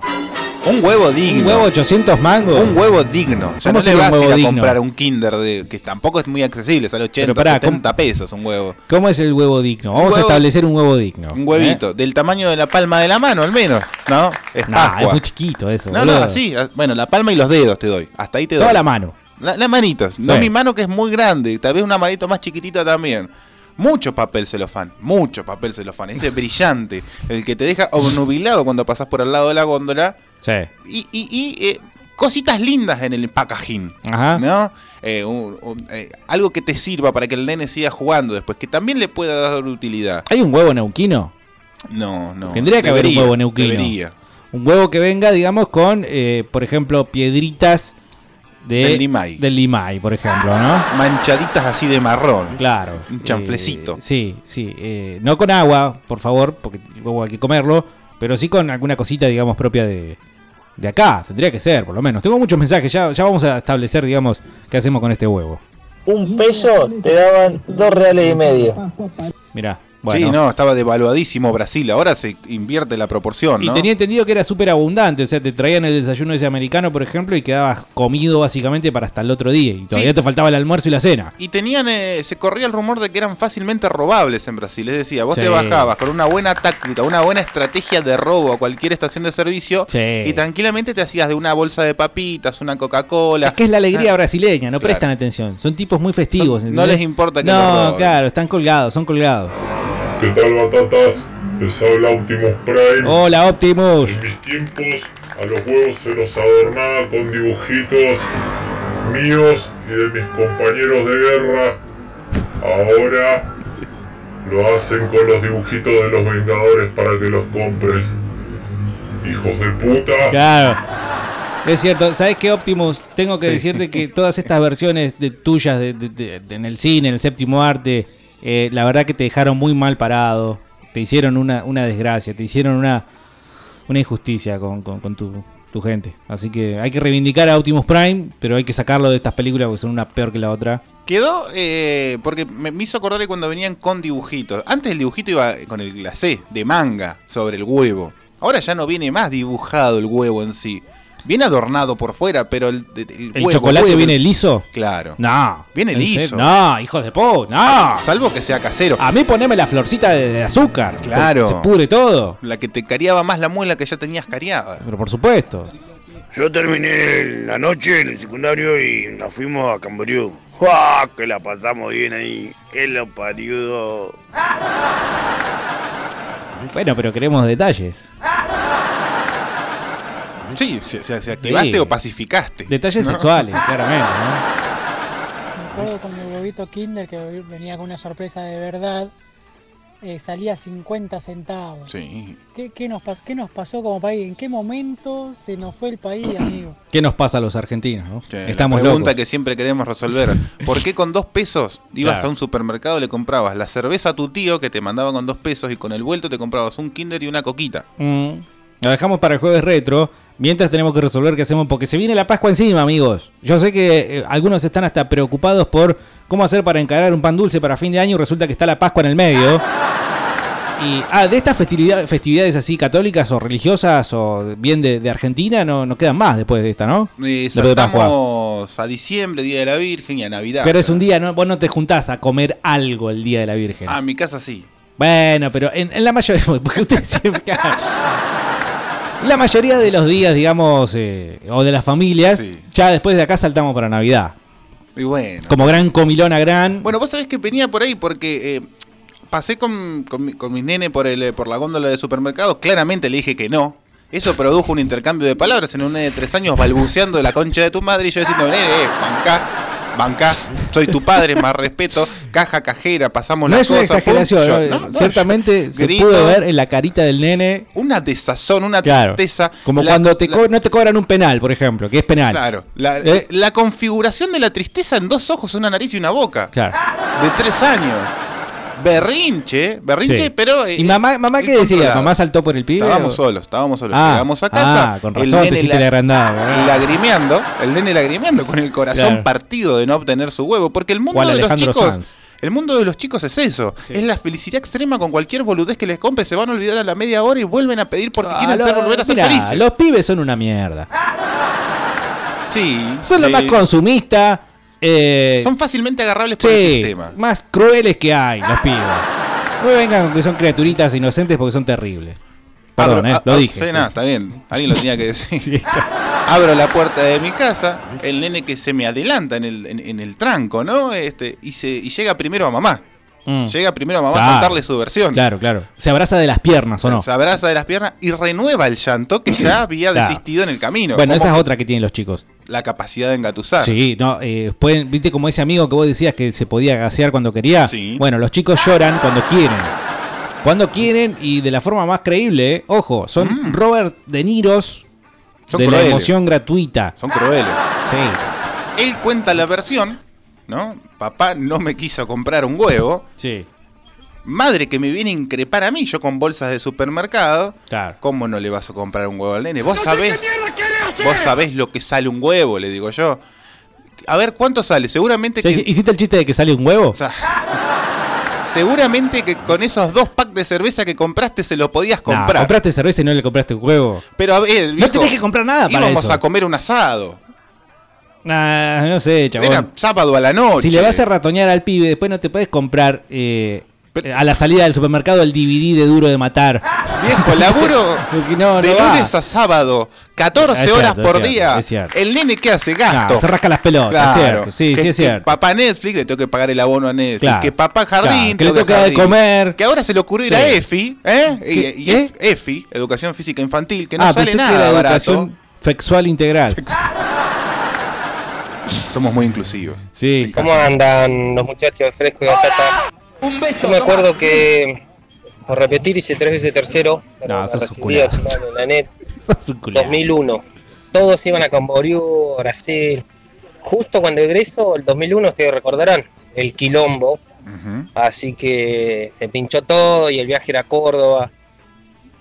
S9: Un huevo digno.
S5: ¿Un huevo 800 mangos?
S9: Un huevo digno. O sea,
S5: ¿Cómo
S9: no
S5: sería
S9: le vas
S5: un
S9: a
S5: huevo
S9: ir a
S5: digno?
S9: comprar un Kinder de, que tampoco es muy accesible, sale 80,
S5: Pero pará,
S9: 70 pesos un huevo.
S5: ¿Cómo es el huevo digno?
S9: Un
S5: Vamos a
S9: huevo-
S5: establecer un huevo digno.
S9: Un huevito,
S5: ¿Eh?
S9: del tamaño de la palma de la mano al menos, ¿no? Es Pascua.
S5: No, ¿eh? Ah, es muy chiquito eso.
S9: No,
S5: boludo.
S9: no, así. a- Bueno, la palma y los dedos te doy. Hasta ahí te doy.
S5: Toda la mano.
S9: La, las manitos. No
S5: Sí.
S9: mi mano que es muy grande. Tal vez una manito más chiquitita también. Mucho papel celofán. Mucho papel celofán. Ese brillante. El que te deja obnubilado cuando pasas por al lado de la góndola.
S5: Sí.
S9: Y, y- y, eh, cositas lindas en el packaging.
S5: Ajá.
S9: ¿No? Eh, un- un- eh, algo que te sirva para que el nene siga jugando después. Que también le pueda dar utilidad.
S5: ¿Hay un huevo neuquino?
S9: No, no.
S5: Tendría que haber un
S9: Debería,
S5: huevo neuquino.
S9: Debería.
S5: Un huevo que venga, digamos, con, eh, por ejemplo, piedritas de,
S9: Del limay.
S5: del limay, por ejemplo, ¿no?
S9: Manchaditas así de marrón.
S5: Claro.
S9: Un chanflecito.
S5: Eh, sí, sí. eh, no con agua, por favor, porque el huevo hay que comerlo, pero sí con alguna cosita, digamos, propia de, de acá. Tendría que ser, por lo menos. Tengo muchos mensajes, ya, ya vamos a establecer, digamos, qué hacemos con este huevo.
S13: Un peso te daban dos reales y medio.
S5: Mirá. Bueno.
S9: Sí, no, estaba devaluadísimo Brasil. Ahora se invierte la proporción,
S5: Y
S9: ¿no?
S5: tenía entendido que era súper abundante, o sea, te traían el desayuno ese americano, por ejemplo, y quedabas comido básicamente para hasta el otro día, y todavía
S9: Sí.
S5: te faltaba el almuerzo y la cena.
S9: Y tenían, eh, se corría el rumor de que eran fácilmente robables en Brasil. Es decir, vos
S5: Sí.
S9: te bajabas con una buena táctica, una buena estrategia de robo a cualquier estación de servicio
S5: Sí.
S9: y tranquilamente te hacías de una bolsa de papitas, una Coca-Cola. Ah,
S5: Es que es la alegría brasileña, no
S9: Claro.
S5: prestan atención. Son tipos muy festivos.
S9: no
S5: ¿entendés?
S9: les importa que los
S5: No,
S9: roben.
S5: claro, están colgados, son colgados.
S12: ¿Qué tal batatas? Les habla Optimus Prime.
S5: Hola, Optimus.
S12: En mis tiempos a los huevos se los adornaba con dibujitos míos y de mis compañeros de guerra. Ahora lo hacen con los dibujitos de los Vengadores para que los compres. Hijos de puta.
S5: Claro. Es cierto, ¿sabes qué, Optimus? Tengo que decirte que todas estas versiones de tuyas de- de- de- de- en el cine, en el séptimo arte, eh, la verdad que te dejaron muy mal parado. Te hicieron una, una desgracia, te hicieron una, una injusticia con, con- con tu, tu gente. Así que hay que reivindicar a Optimus Prime, pero hay que sacarlo de estas películas porque son una peor que la otra.
S9: Quedó, eh, porque me, me hizo acordar que cuando venían con dibujitos. Antes el dibujito iba con el glacé de manga sobre el huevo. Ahora ya no viene más dibujado el huevo en sí. Viene adornado por fuera, pero el, el,
S5: ¿El
S9: huevo,
S5: chocolate
S9: huevo,
S5: viene liso?
S9: Claro.
S5: No.
S9: Viene
S5: ¿En serio?
S9: liso.
S5: No, hijos de po, no.
S9: Salvo que sea casero.
S5: A mí poneme la florcita de, de azúcar.
S9: Claro.
S5: Se pudre todo.
S9: La que te cariaba más la muela que ya tenías cariada.
S5: Pero por supuesto.
S14: Yo terminé la noche en el secundario y nos fuimos a Camboriú. ¡Guau! Que la pasamos bien ahí. ¡Qué lo parido!
S5: Bueno, pero queremos detalles.
S9: Sí, o sea, se, activaste
S5: Sí.
S9: o pacificaste.
S5: Detalles
S9: ¿no?
S5: sexuales, claramente. ¿no?
S15: Me acuerdo con mi huevito Kinder que venía con una sorpresa de verdad. eh, salía 50 centavos.
S9: Sí.
S15: ¿Qué, qué nos pas- ¿Qué nos pasó como país? ¿En qué momento se nos fue el país, amigo?
S5: ¿Qué nos pasa a los argentinos? no?
S9: Eh,
S5: Estamos
S9: la pregunta
S5: locos.
S9: que siempre queremos resolver. ¿Por qué con dos pesos ibas
S5: Claro.
S9: a un supermercado le comprabas la cerveza a tu tío que te mandaba con dos pesos y con el vuelto te comprabas un kinder y una coquita?
S5: Mm. La dejamos para el jueves retro. Mientras tenemos que resolver qué hacemos, porque se viene la Pascua encima, amigos. Yo sé que eh, algunos están hasta preocupados por cómo hacer para encarar un pan dulce para fin de año y resulta que está la Pascua en el medio. Y, ah, de estas festividad- festividades así católicas o religiosas o bien de, de Argentina no, no quedan más después de esta, ¿no?
S9: Eh,
S5: Después de Pascua.
S9: saltamos a diciembre, Día de la Virgen, y a Navidad.
S5: Pero es un día, ¿no? vos no te juntás a comer algo el Día de la Virgen.
S9: A Ah, mi casa sí.
S5: Bueno, pero en, en la mayoría. Porque ustedes siempre- La mayoría de los días, digamos, eh, o de las familias, ya después de acá saltamos para Navidad.
S9: Y bueno.
S5: Como gran comilona gran.
S9: Bueno, vos sabés que venía por ahí porque eh, pasé con, con, mi- con mis nenes por, el, eh, por la góndola de supermercado. Claramente le dije que no. Eso produjo un intercambio de palabras en un nene de tres años balbuceando la concha de tu madre y yo diciendo, nene, eh, bancá, bancá, soy tu padre, más respeto, caja, cajera, pasamos
S5: No
S9: la
S5: es una
S9: cosa, pum".
S5: exageración.
S9: Yo,
S5: eh,
S9: "No, no,
S5: Ciertamente se
S9: grito.
S5: pudo ver en la carita del nene.
S9: Una desazón, una
S5: Claro.
S9: tristeza.
S5: Como
S9: La-
S5: cuando te co- no te cobran un penal, por ejemplo, que es penal.
S9: Claro. La,
S5: Eh.
S9: la configuración de la tristeza en dos ojos, una nariz y una boca.
S5: Claro.
S9: De tres años. Berrinche, berrinche,
S5: Sí.
S9: pero. eh,
S5: ¿Y mamá, mamá qué decía?
S9: controlado.
S5: ¿Mamá saltó por el pibe?
S9: Estábamos
S5: o-
S9: solos, estábamos solos.
S5: Ah,
S9: Llegamos a casa.
S5: ah, con
S9: el
S5: razón te
S9: nene Ah,
S5: hiciste la agrandada.
S9: Lagrimeando, el nene lagrimeando con el corazón
S5: Claro.
S9: partido de no obtener su huevo. Porque el mundo
S5: Cual
S9: de los
S5: Alejandro
S9: chicos.
S5: Sanz.
S9: El mundo de los chicos es eso. Es la felicidad extrema con cualquier boludez que les compre. Se van a olvidar a la media hora y vuelven a pedir porque
S5: Ah,
S9: quieren
S5: lo-
S9: ser, volver a ser
S5: mirá,
S9: felices.
S5: Los pibes son una mierda.
S9: Sí.
S5: Son los
S9: eh,
S5: más consumistas. eh,
S9: Son fácilmente agarrables por el
S5: sí,
S9: sistema.
S5: más crueles que hay, los pibes. No me vengan con que son criaturitas inocentes porque son terribles.
S9: Ah,
S5: Perdón, eh,
S9: Abro-
S5: lo
S9: a- a-
S5: dije.
S9: sí, nada, está bien. Alguien lo tenía que decir. Abro la puerta de mi casa, el nene que se me adelanta en el, en, en el tranco, ¿no? Este, y, se, y llega primero a mamá.
S5: Mm.
S9: Llega primero a mamá
S5: Claro.
S9: a contarle su versión.
S5: Claro, claro. Se abraza de las piernas, ¿o no?
S9: Se abraza de las piernas y renueva el llanto que ya había
S5: Claro.
S9: desistido en el camino.
S5: bueno, esa
S9: Como
S5: es otra que tienen los chicos.
S9: La capacidad de engatusar.
S5: Sí, no, eh, pueden, viste como ese amigo que vos decías que se podía gasear cuando quería. Bueno, los chicos lloran cuando quieren. Cuando quieren y de la forma más creíble, eh. ojo, son Robert De Niros
S9: Mm. Son
S5: de la
S9: crueles.
S5: emoción gratuita.
S9: Son crueles.
S5: Sí.
S9: Él cuenta la versión, ¿no? Papá no me quiso comprar un huevo.
S5: Sí.
S9: Madre que me viene a increpar a mí, yo con bolsas de supermercado.
S5: Claro.
S9: ¿Cómo no le vas a comprar un huevo al nene? Vos sabés. Vos sabés lo que sale un huevo, le digo yo. A ver, ¿cuánto sale? Seguramente
S5: Ya hici-
S9: que.
S5: ¿Hiciste el chiste de que sale un huevo?
S9: Seguramente que con esos dos packs de cerveza que compraste se lo podías
S5: Nah,
S9: comprar.
S5: compraste cerveza y no le compraste un huevo.
S9: Pero a ver,
S5: No tenés que comprar nada para
S9: Íbamos
S5: eso.
S9: a comer un asado.
S5: Nah, no sé, chabón.
S9: Era sábado a la noche.
S5: Si le vas a ratoñar al pibe, después no te puedes comprar eh, a la salida del supermercado el DVD de Duro de Matar.
S9: Viejo, laburo
S5: Porque no,
S9: de
S5: no va.
S9: lunes a sábado, 14
S5: Es cierto,
S9: horas
S5: es
S9: por
S5: cierto,
S9: día.
S5: es cierto.
S9: El nene que hace gasto.
S5: Nah, se rasca las pelotas, es cierto. Sí,
S9: Que-
S5: sí, es
S9: que
S5: cierto.
S9: Papá Netflix le tengo que pagar el abono a Netflix.
S5: Claro.
S9: Que papá Jardín.
S5: Claro, que le
S9: tengo
S5: toca de
S9: jardín.
S5: comer.
S9: Que ahora se le ocurrió ir
S5: Sí.
S9: a EFI, ¿eh? Y- Y,
S5: ¿Qué?
S9: EFI, Educación Física Infantil, que no
S5: ah,
S9: sale
S5: pensé
S9: nada
S5: que era
S9: barato.
S5: educación sexual integral.
S9: Somos muy inclusivos.
S5: Sí.
S16: ¿Cómo andan los muchachos frescos y batata? Un beso. Yo me acuerdo que por repetir hice tres veces tercero.
S5: No, sos un
S16: recibí al
S5: culado.
S16: final en la net
S5: Sos un culado.
S16: 2001. Todos iban a Camboriú, Brasil. Justo cuando egreso, el 2001, ustedes recordarán, el quilombo. Así que se pinchó todo y el viaje era a Córdoba.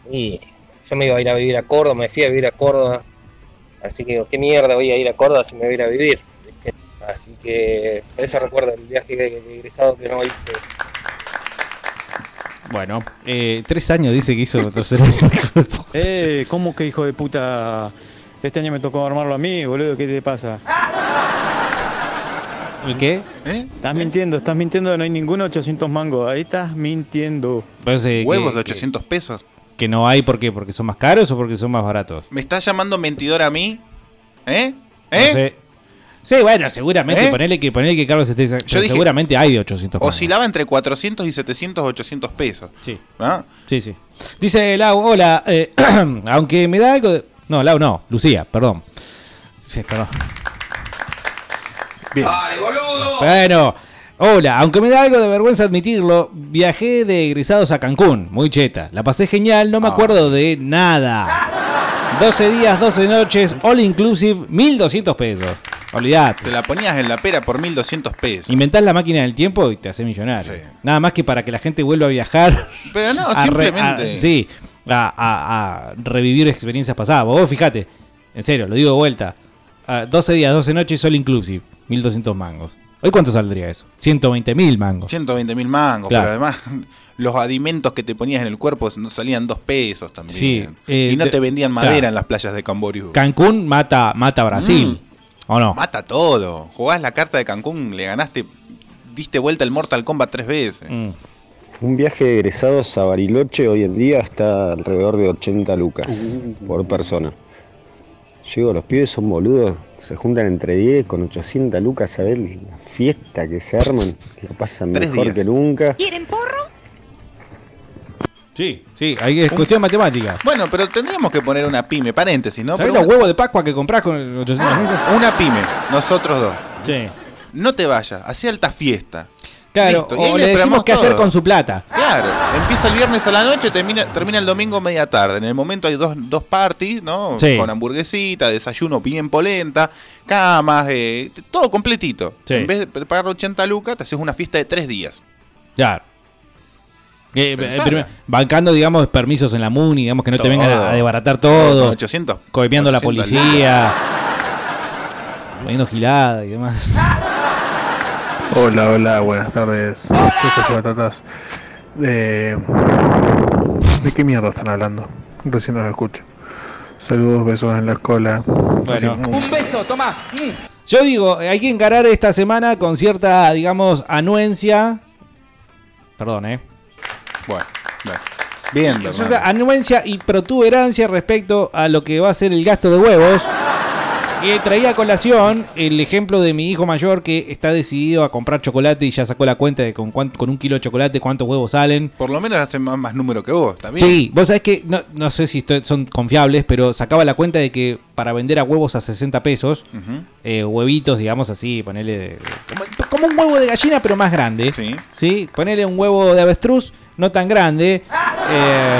S16: Y yo me iba a ir a vivir a Córdoba, me fui a vivir a Córdoba. Así que digo, qué mierda voy a ir a Córdoba si me voy a ir a vivir. ¿viste? Así que por eso recuerdo el viaje de, de egresado que no hice.
S5: Bueno, eh, tres años dice que hizo tercer
S17: Eh, ¿cómo que hijo de puta? Este año me tocó armarlo a mí, boludo, ¿qué te pasa?
S5: ¿El qué?
S9: ¿Eh?
S17: Estás mintiendo, estás mintiendo, no hay ninguno 800 mangos, ahí estás mintiendo.
S5: Entonces,
S9: Huevos
S5: eh, que-
S9: de 800 pesos.
S5: Que no hay, ¿por qué? ¿Porque son más caros o porque son más baratos?
S9: ¿Me estás llamando mentidor a mí? ¿Eh?
S5: No
S9: ¿Eh?
S5: sé. Sí, bueno, seguramente.
S9: ¿Eh?
S5: Ponele, que, ponele que Carlos esté. pero
S9: dije-
S5: seguramente hay de 800 pesos.
S9: Oscilaba entre 400 y 700, 800 pesos.
S5: Sí.
S9: ¿No?
S5: Sí, sí. Dice Lau, hola. eh, aunque me da algo de- No, Lau no. Lucía, perdón. Sí, perdón. Bien. Bueno. Hola, aunque me da algo de vergüenza admitirlo, viajé de egresados a Cancún, muy cheta. La pasé genial, no
S9: Ah.
S5: me acuerdo de nada. 12 días, 12 noches, all inclusive, 1200 pesos. Olvidate.
S9: Te la ponías en la pera por 1200 pesos.
S5: Inventás la máquina del tiempo y te haces millonario. Nada más que para que la gente vuelva a viajar.
S9: Pero no,
S5: a re-
S9: simplemente.
S5: a- sí, a, a- a revivir experiencias pasadas. Vos fíjate, en serio, lo digo de vuelta. Ah, 12 días, 12 noches, solo inclusive. 1200 mangos. ¿Hoy cuánto saldría eso? 120 mil mangos.
S9: 120 mil mangos,
S5: Claro.
S9: pero además los alimentos que te ponías en el cuerpo no salían dos pesos también.
S5: Sí, eh,
S9: y no
S5: te-
S9: te vendían
S5: claro.
S9: madera en las playas de Camboriú.
S5: Cancún mata, mata a Brasil.
S9: Mm.
S5: ¿O no?
S9: Mata todo. Jugás la carta de Cancún, le ganaste, diste vuelta el Mortal Kombat tres veces.
S5: Mm.
S18: Un viaje de egresados a Bariloche hoy en día está alrededor de 80 lucas por persona. Llego, los pibes son boludos, se juntan entre 10 con 800 lucas a ver la fiesta que se arman, que la pasan
S5: Tres
S18: mejor
S5: días.
S18: que nunca.
S5: Sí, sí, ahí es cuestión matemática.
S9: Bueno, pero tendríamos que poner una pyme, paréntesis, ¿no?
S5: ¿Sabés
S9: Pero
S5: los huevos de Pascua que comprás con el 800
S9: una, una pyme, nosotros dos.
S5: Sí.
S9: No te vayas, hacía alta fiesta.
S5: Claro,
S9: Listo, y ahí
S5: o le
S9: programamos
S5: decimos qué hacer
S9: todo.
S5: con su plata.
S9: Claro, empieza el viernes a la noche, termina, termina el domingo media tarde. En el momento hay dos, dos parties, ¿no?
S5: Sí.
S9: Con hamburguesita, desayuno bien polenta, camas, eh, t- todo completito.
S5: Sí.
S9: En vez de pagar 80 lucas, te haces una fiesta de tres días.
S5: Claro. Eh, eh,
S9: Pensala.
S5: primero, bancando, digamos, permisos en la MUNI, digamos que no te
S9: Todo.
S5: vengan a desbaratar
S9: Con
S5: todo.
S9: 800.
S5: Coimeando a la
S9: 800
S5: policía. Poniendo gilada y demás.
S19: Hola, hola, buenas tardes. Fiestas y batatas. Eh, ¿De qué mierda están hablando? Recién los escucho. Saludos, besos en la cola. Así,
S5: beso, toma. Mm. Yo digo, hay que encarar esta semana con cierta, digamos, anuencia. Perdón, eh.
S9: Bueno, bien.
S5: Con cierta anuencia y protuberancia respecto a lo que va a ser el gasto de huevos. Que traía a colación el ejemplo de mi hijo mayor que está decidido a comprar chocolate y ya sacó la cuenta de con, cuán- con un kilo de chocolate cuántos huevos salen.
S9: Por lo menos hacen más, más número que vos, ¿está bien?
S5: Sí, vos sabés que, no, no sé si estoy- son confiables, pero sacaba la cuenta de que para vender a huevos a 60 pesos,
S9: Ujú.
S5: eh, huevitos, digamos así, ponele. de- como, como un huevo de gallina, pero más grande.
S9: Sí.
S5: Ponele un huevo de avestruz, no tan grande. eh,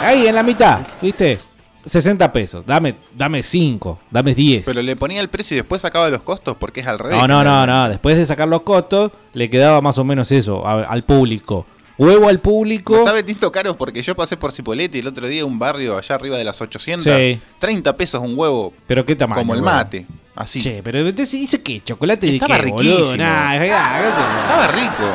S5: ahí, en la mitad, ¿viste? 60 pesos. Dame, dame 5, dame 10.
S9: Pero le ponía el precio y después sacaba los costos porque es al revés.
S5: No, no, no, no. Después de sacar los costos, le quedaba más o menos eso a- al público. Huevo al público.
S9: Me está vendiendo caro porque yo pasé por Cipolletti el otro día, un barrio allá arriba de las 800.
S5: Sí.
S9: 30 pesos un huevo.
S5: Pero qué tamaño.
S9: Como el
S5: huevo?
S9: mate, así.
S5: Che, pero entonces, ¿hizo qué? ¿Chocolate de
S9: Estaba
S5: qué,
S9: riquísimo.
S5: boludo? Nah,
S9: Estaba rico.
S5: Ah,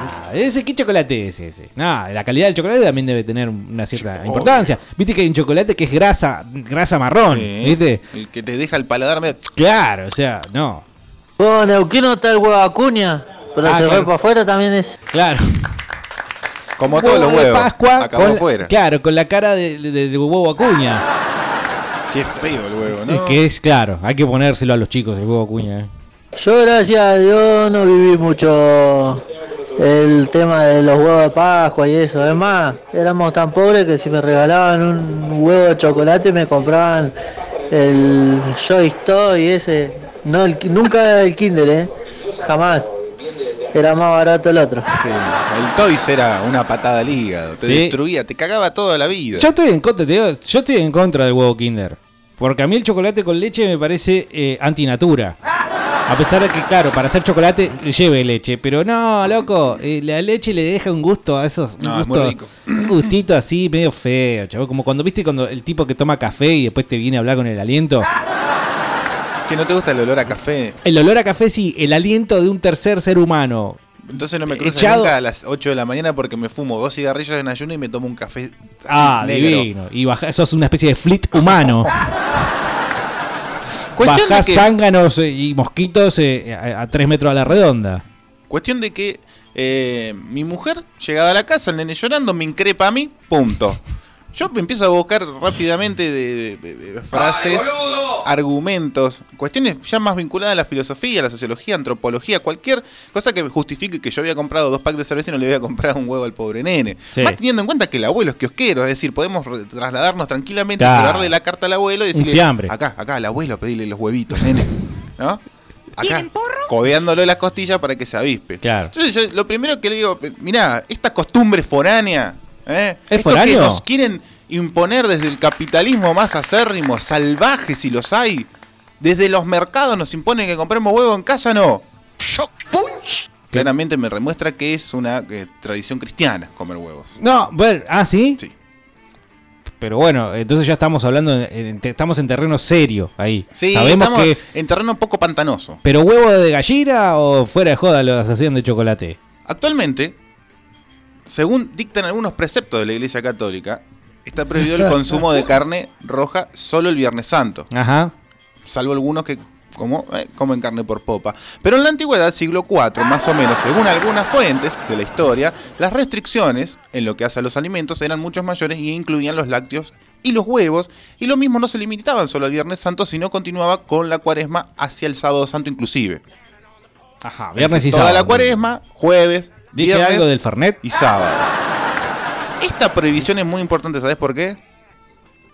S5: ah, ah. ese qué chocolate es ese. No, la calidad del chocolate también debe tener una cierta importancia. Viste que hay un chocolate que es grasa, grasa marrón,
S9: Sí.
S5: ¿viste?
S9: El que te deja el paladar medio.
S5: Claro, o sea, no.
S6: Bueno, Neuquino está el huevo Acuña, pero
S5: Ah,
S6: se
S5: claro.
S6: fue para afuera también es.
S5: Claro.
S9: Como
S5: Huevo
S9: todos los
S5: de
S9: huevos.
S5: Pascua
S9: acabó
S5: con-
S9: afuera.
S5: Claro, con la cara de, de- de huevo acuña.
S9: Qué feo el huevo, ¿no?
S5: Es que es, claro, hay que ponérselo a los chicos el huevo acuña. eh.
S6: Yo gracias a Dios no viví mucho el tema de los huevos de Pascua y eso. Además, éramos tan pobres que si me regalaban un huevo de chocolate me compraban el Joy Toy ese. No, el ki- nunca el Kinder, ¿eh? Jamás. Era más barato el otro.
S9: El Toys era una patada al hígado. Te
S5: Sí.
S9: destruía, te cagaba toda la vida.
S5: Yo estoy en contra, te digo, yo estoy en contra del huevo Kinder. Porque a mí el chocolate con leche me parece eh, antinatura. A pesar de que, claro, para hacer chocolate lleve leche. Pero no, loco, eh, la leche le deja un gusto a esos. Un,
S9: No, es muy
S5: gusto, un gustito así, medio feo, chavo. Como cuando viste cuando el tipo que toma café y después te viene a hablar con el aliento.
S9: Que no te gusta el olor a café.
S5: El olor a café sí, el aliento de un tercer ser humano.
S9: Entonces no me cruzo
S5: Eh, Echado.
S9: nunca a las 8 de la mañana porque me fumo dos cigarrillos en ayuno y me tomo un café así,
S5: Ah,
S9: negro.
S5: divino. Y baja, sos una especie de flit humano.
S9: Cuestión de
S5: Bajás
S9: que-
S5: zánganos eh, y mosquitos eh, a, a tres metros a la redonda.
S9: Cuestión de que eh, mi mujer, llegada a la casa, el nene llorando, me increpa a mí, punto. Yo me empiezo a buscar rápidamente de, de- de frases, argumentos, cuestiones ya más vinculadas a la filosofía, a la sociología, antropología, cualquier cosa que justifique que yo había comprado dos packs de cerveza y no le había comprado un huevo al pobre nene.
S5: Sí.
S9: Más teniendo en cuenta que el abuelo es kiosquero, es decir, podemos re- trasladarnos tranquilamente,
S5: Claro.
S9: tirarle la carta al abuelo y
S5: Un
S9: decirle,
S5: fiambre.
S9: acá, acá, al abuelo, pedirle los huevitos, nene, ¿no? Acá, codeándole las costillas para que se avispe.
S5: Claro.
S9: Entonces yo lo primero que le digo, mirá, esta costumbre foránea, ¿eh?
S5: ¿Es
S9: Esto
S5: foráneo?
S9: que nos quieren imponer desde el capitalismo más acérrimo, salvaje si los hay, desde los mercados nos imponen que compremos huevo en casa, no. Claramente me remuestra que es una eh, tradición cristiana comer huevos.
S5: No, bueno, ah, sí. Pero bueno, entonces ya estamos hablando, en- en- te- estamos en terreno serio ahí.
S9: Sí,
S5: Sabemos
S9: estamos
S5: que.
S9: en terreno un poco pantanoso.
S5: ¿Pero huevo de gallina o fuera de joda lo hacían de chocolate?
S9: Actualmente, según dictan algunos preceptos de la Iglesia Católica, está prohibido el consumo de carne roja solo el Viernes Santo,
S5: Ajá.
S9: salvo algunos que como, eh, comen carne por popa. Pero en la antigüedad, siglo IV, más o menos, según algunas fuentes de la historia, las restricciones en lo que hace a los alimentos eran muchos mayores y incluían los lácteos y los huevos, y lo mismo no se limitaban solo al Viernes Santo, sino continuaba con la cuaresma hacia el Sábado Santo inclusive.
S5: Ajá, viernes y
S9: Toda
S5: sábado.
S9: la cuaresma, jueves,
S5: ¿Dice
S9: viernes,
S5: algo del Fernet?
S9: y sábado. Esta prohibición es muy importante, ¿sabes por qué?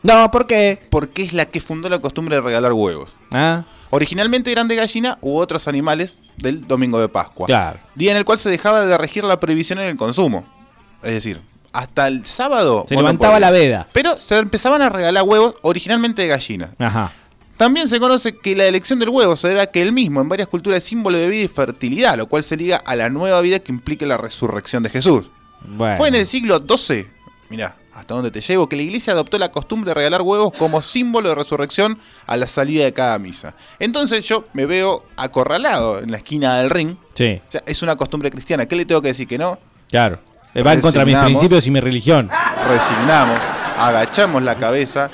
S5: No, ¿por qué?
S9: Porque es la que fundó la costumbre de regalar huevos.
S5: Ah,
S9: Originalmente eran de gallina u otros animales del domingo de Pascua.
S5: claro.
S9: Día en el cual se dejaba de regir la prohibición en el consumo. Es decir, hasta el sábado.
S5: Se
S9: vos no
S5: levantaba
S9: podías.
S5: la veda.
S9: Pero se empezaban a regalar huevos originalmente de gallina.
S5: Ajá.
S9: También se conoce que la elección del huevo se debe a que el mismo en varias culturas es símbolo de vida y fertilidad, lo cual se liga a la nueva vida que implica la resurrección de Jesús.
S5: Bueno.
S9: Fue en el siglo XII, mirá, hasta dónde te llevo, que la iglesia adoptó la costumbre de regalar huevos como símbolo de resurrección a la salida de cada misa. Entonces yo me veo acorralado en la esquina del ring.
S5: Sí,
S9: O sea, es una costumbre cristiana. ¿Qué le tengo que decir que no?
S5: claro. Eh, Va en contra de mis
S9: Resignamos.
S5: principios y mi religión.
S9: Resignamos, agachamos la cabeza,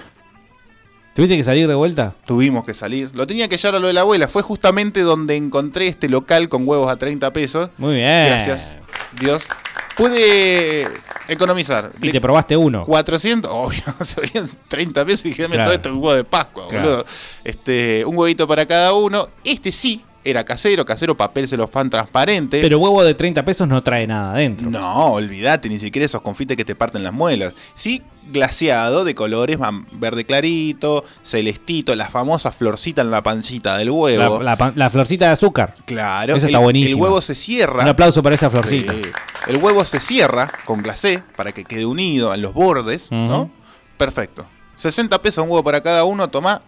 S5: ¿Tuviste que salir de vuelta?
S9: Tuvimos que salir. Lo tenía que llevar a lo de la abuela. Fue justamente donde encontré este local con huevos a 30 pesos.
S5: Muy bien.
S9: Gracias, Dios. Pude economizar.
S5: Y
S9: De
S5: te probaste uno.
S9: 400, obvio, se valían 30 pesos y dije, "Dame
S5: Claro.
S9: todo esto un huevo de Pascua,
S5: Claro.
S9: boludo. Este, un huevito para cada uno. Este sí era casero, casero, papel celofán transparente.
S5: Pero huevo de 30 pesos no trae nada adentro.
S9: No, olvídate, ni siquiera esos confites que te parten las muelas. Sí, glaseado de colores, mam- verde clarito, celestito, la famosa florcita en la pancita del
S5: La,
S9: huevo.
S5: la pan- la florcita de azúcar.
S9: claro,
S5: Esa
S9: el,
S5: está buenísima.
S9: el huevo se cierra.
S5: Un aplauso para esa florcita.
S9: Sí. El huevo se cierra con glacé para que quede unido en los bordes, ¿no? Perfecto. 60 pesos un huevo para cada uno, tomá.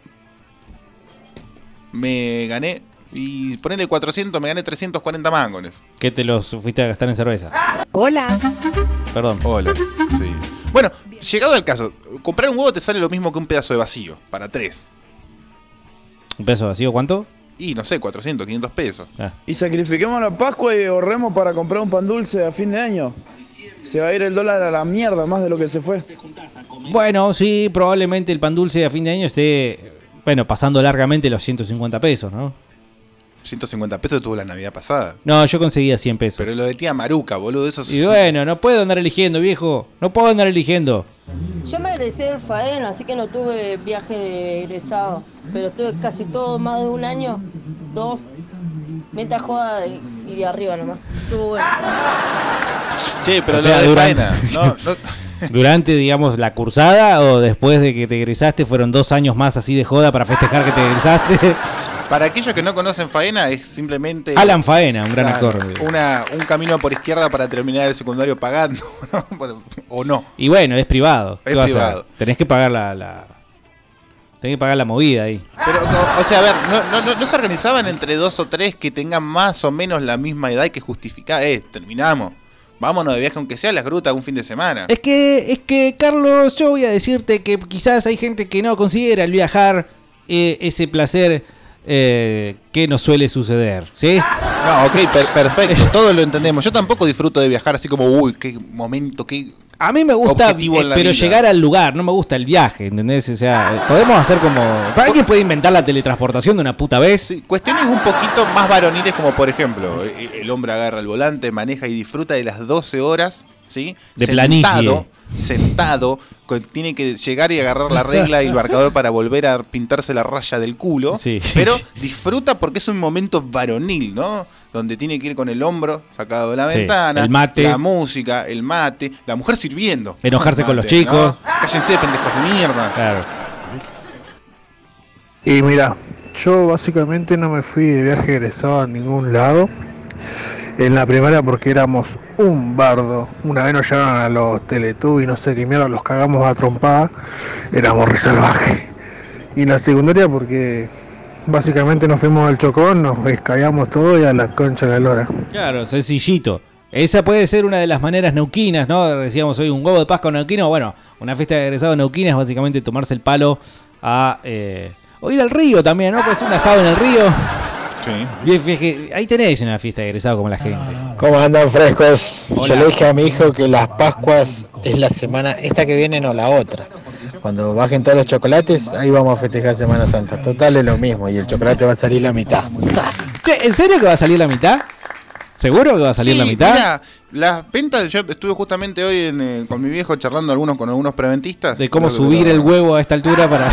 S9: Me gané, y ponele 400, me gané 340 mangones.
S5: Que te los fuiste a gastar en cerveza.
S9: Hola.
S5: Perdón.
S9: Hola. Sí. Bueno, llegado al caso, comprar un huevo te sale lo mismo que un pedazo de vacío, para tres.
S5: ¿Un peso vacío cuánto? Ah.
S9: Y no sé, 400, 500 pesos.
S8: Y sacrifiquemos la Pascua y ahorremos para comprar un pan dulce a fin de año. Se va a ir el dólar a la mierda más de lo que se fue.
S5: Bueno, sí, probablemente el pan dulce a fin de año esté, bueno, pasando largamente los 150 pesos, ¿no?
S9: 150 pesos tuvo la Navidad pasada.
S5: No, yo conseguía 100 pesos.
S9: Pero lo de tía Maruca, boludo, eso es...
S5: Y bueno, no puedo andar eligiendo, viejo. No puedo andar eligiendo.
S10: Yo me egresé del FAEN, así que no tuve viaje de egresado, pero estuve casi todo, más de un año, dos, meta joda de- y de arriba nomás. Estuvo bueno.
S9: Che, pero
S5: O
S9: lo
S5: sea,
S9: de
S5: durante-
S9: faena, No, no-
S5: Durante, digamos, la cursada o después de que te egresaste, fueron dos años más así de joda para festejar que te egresaste.
S9: Para aquellos que no conocen faena, es simplemente...
S5: Alan Faena, un gran
S9: Claro,
S5: actor.
S9: Una, un camino por izquierda para terminar el secundario pagando, ¿no? Bueno, O no.
S5: Y bueno, es privado.
S9: Es
S5: ¿Qué vas a hacer?
S9: privado.
S5: Tenés que pagar la, la- Tenés que pagar la movida ahí.
S9: Pero, o, o sea, a ver, no, no- no- no se organizaban entre dos o tres que tengan más o menos la misma edad y que justificar, eh, terminamos. Vámonos de viaje, aunque sea a las grutas un fin de semana.
S5: Es que, es que, Carlos, yo voy a decirte que quizás hay gente que no considera el viajar eh, ese placer eh, que nos suele suceder, ¿sí?
S9: No, ok, per- perfecto, todos lo entendemos. Yo tampoco disfruto de viajar así como, uy, qué momento, qué...
S5: A mí me gusta,
S9: Objetivo
S5: eh,
S9: en la
S5: pero
S9: vida.
S5: llegar al lugar, no me gusta el viaje, ¿entendés? O sea, eh, podemos hacer como... ¿Para qué puede inventar la teletransportación de una puta vez?
S9: Cuestiones un poquito más varoniles como, por ejemplo, eh, el hombre agarra el volante, maneja y disfruta de las 12 horas, ¿sí?
S5: De
S9: sentado,
S5: planicie.
S9: sentado, con- tiene que llegar y agarrar la regla y el marcador para volver a pintarse la raya del culo.
S5: Sí.
S9: Pero disfruta porque es un momento varonil, ¿no? Donde tiene que ir con el hombro sacado de la
S5: Sí,
S9: ventana,
S5: el mate.
S9: la música, el mate, la mujer sirviendo.
S5: Enojarse con los
S9: Mate, ¿no?
S5: chicos.
S9: Cállense, pendejos de mierda.
S5: Claro.
S19: Y mira, yo básicamente no me fui de viaje egresado a ningún lado. En la primaria porque éramos un bardo. Una vez nos llevaron a los Teletubbies, no sé qué mierda, los cagamos a trompada. Éramos re salvajes. Y en la secundaria porque básicamente nos fuimos al chocón, nos escayamos todo y a la concha de la lora.
S5: Claro, sencillito. Esa puede ser una de las maneras neuquinas, ¿no? Decíamos hoy un huevo de Pascua neuquino. Bueno, una fiesta de egresados neuquina es básicamente tomarse el palo a. eh, o ir al río también, ¿no? Puede ser un asado en el río. Bien, fíjate, ahí tenés una fiesta de egresados como la
S9: Ah.
S5: gente.
S20: ¿Cómo andan frescos?
S5: Hola.
S20: Yo le dije a mi hijo que las Pascuas es la semana, esta que viene no la otra. Cuando bajen todos los chocolates, ahí vamos a festejar Semana Santa. Total es lo mismo y el chocolate va a salir la mitad.
S5: Che, ¿en serio que va a salir la mitad? ¿Seguro que va a salir
S9: Sí,
S5: la mitad?
S9: mirá, las ventas, yo estuve justamente hoy en, eh, con mi viejo charlando algunos con algunos preventistas.
S5: de cómo
S9: Creo que
S5: subir
S9: lo-
S5: el huevo a esta altura para.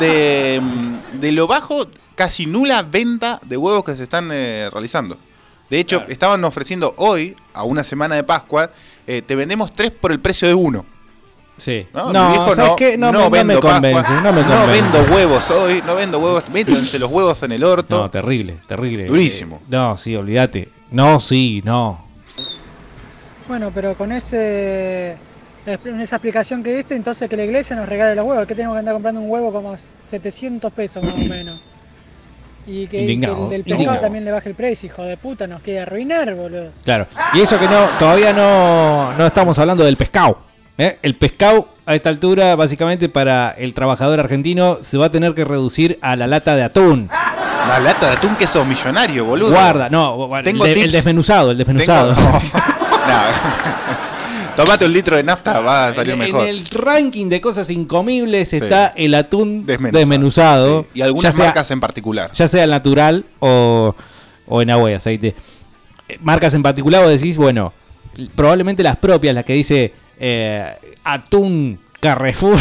S9: de, mm, de lo bajo, casi nula venta de huevos que se están eh, realizando. De hecho, estaban ofreciendo hoy, a una semana de Pascua, eh, te vendemos tres por el precio de uno.
S5: Sí.
S9: No,
S5: No,
S9: mi viejo
S5: ¿sabes
S9: no,
S5: qué? No
S9: no
S5: me- no
S9: vendo
S5: me
S9: Pascua,
S5: convence, no me convence.
S9: vendo huevos hoy, no vendo huevos. Métanse los huevos en el orto.
S5: No, terrible, terrible.
S9: Durísimo.
S5: Eh, no, sí, olvídate. No, sí, no.
S15: Bueno, pero con ese con esa explicación que diste, entonces que la iglesia nos regale los huevos, que tenemos que andar comprando un huevo como 700 pesos más o menos. Y que, y que
S5: Indignado,
S15: el del pescado
S5: indignado.
S15: también le baje el precio, hijo de puta, nos quiere arruinar, boludo.
S5: Claro. Y eso que no, todavía no, no estamos hablando del pescado. ¿eh? El pescado a esta altura, básicamente para el trabajador argentino, se va a tener que reducir a la lata de atún.
S9: La lata de atún que sos millonario, boludo.
S5: Eh, Guarda, no, bueno,
S9: Tengo
S5: el, de-
S9: tips.
S5: el desmenuzado, el desmenuzado.
S9: Tomate un litro de nafta, va a salir mejor.
S5: En el ranking de cosas incomibles está el atún desmenuzado.
S9: Desmenuzado, sí. Y algunas marcas en particular.
S5: Ya sea el natural o, o en agua y aceite. Eh, Marcas en particular, vos decís, bueno, l- probablemente las propias, las que dice eh, atún Carrefour.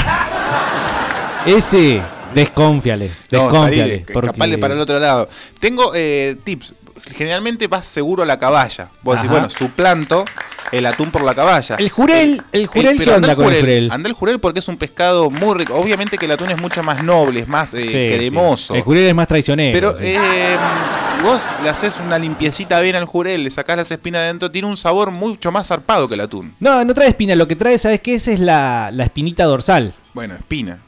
S5: Ese, desconfiale,
S9: No,
S5: desconfiale.
S9: salile, escapale para el otro lado. Tengo eh, tips. Generalmente vas seguro a la caballa. Vos decís,
S5: Ajá.
S9: bueno, suplanto el atún por la caballa.
S5: El jurel, el
S9: Eh,
S5: jurel,
S9: pero
S5: ¿qué
S9: andá
S5: onda con el jurel?
S9: Andá el jurel porque es un pescado muy rico. Obviamente que el atún es mucho más noble, es más eh,
S5: Sí, sí.
S9: cremoso.
S5: El jurel es más traicionero.
S9: Pero
S5: sí.
S9: eh, si vos le haces una limpiecita bien al jurel, le sacás las espinas de adentro, tiene un sabor mucho más zarpado que el atún.
S5: No, no trae espina, lo que trae, ¿sabes qué? Esa es la, la espinita dorsal.
S9: Bueno, espina.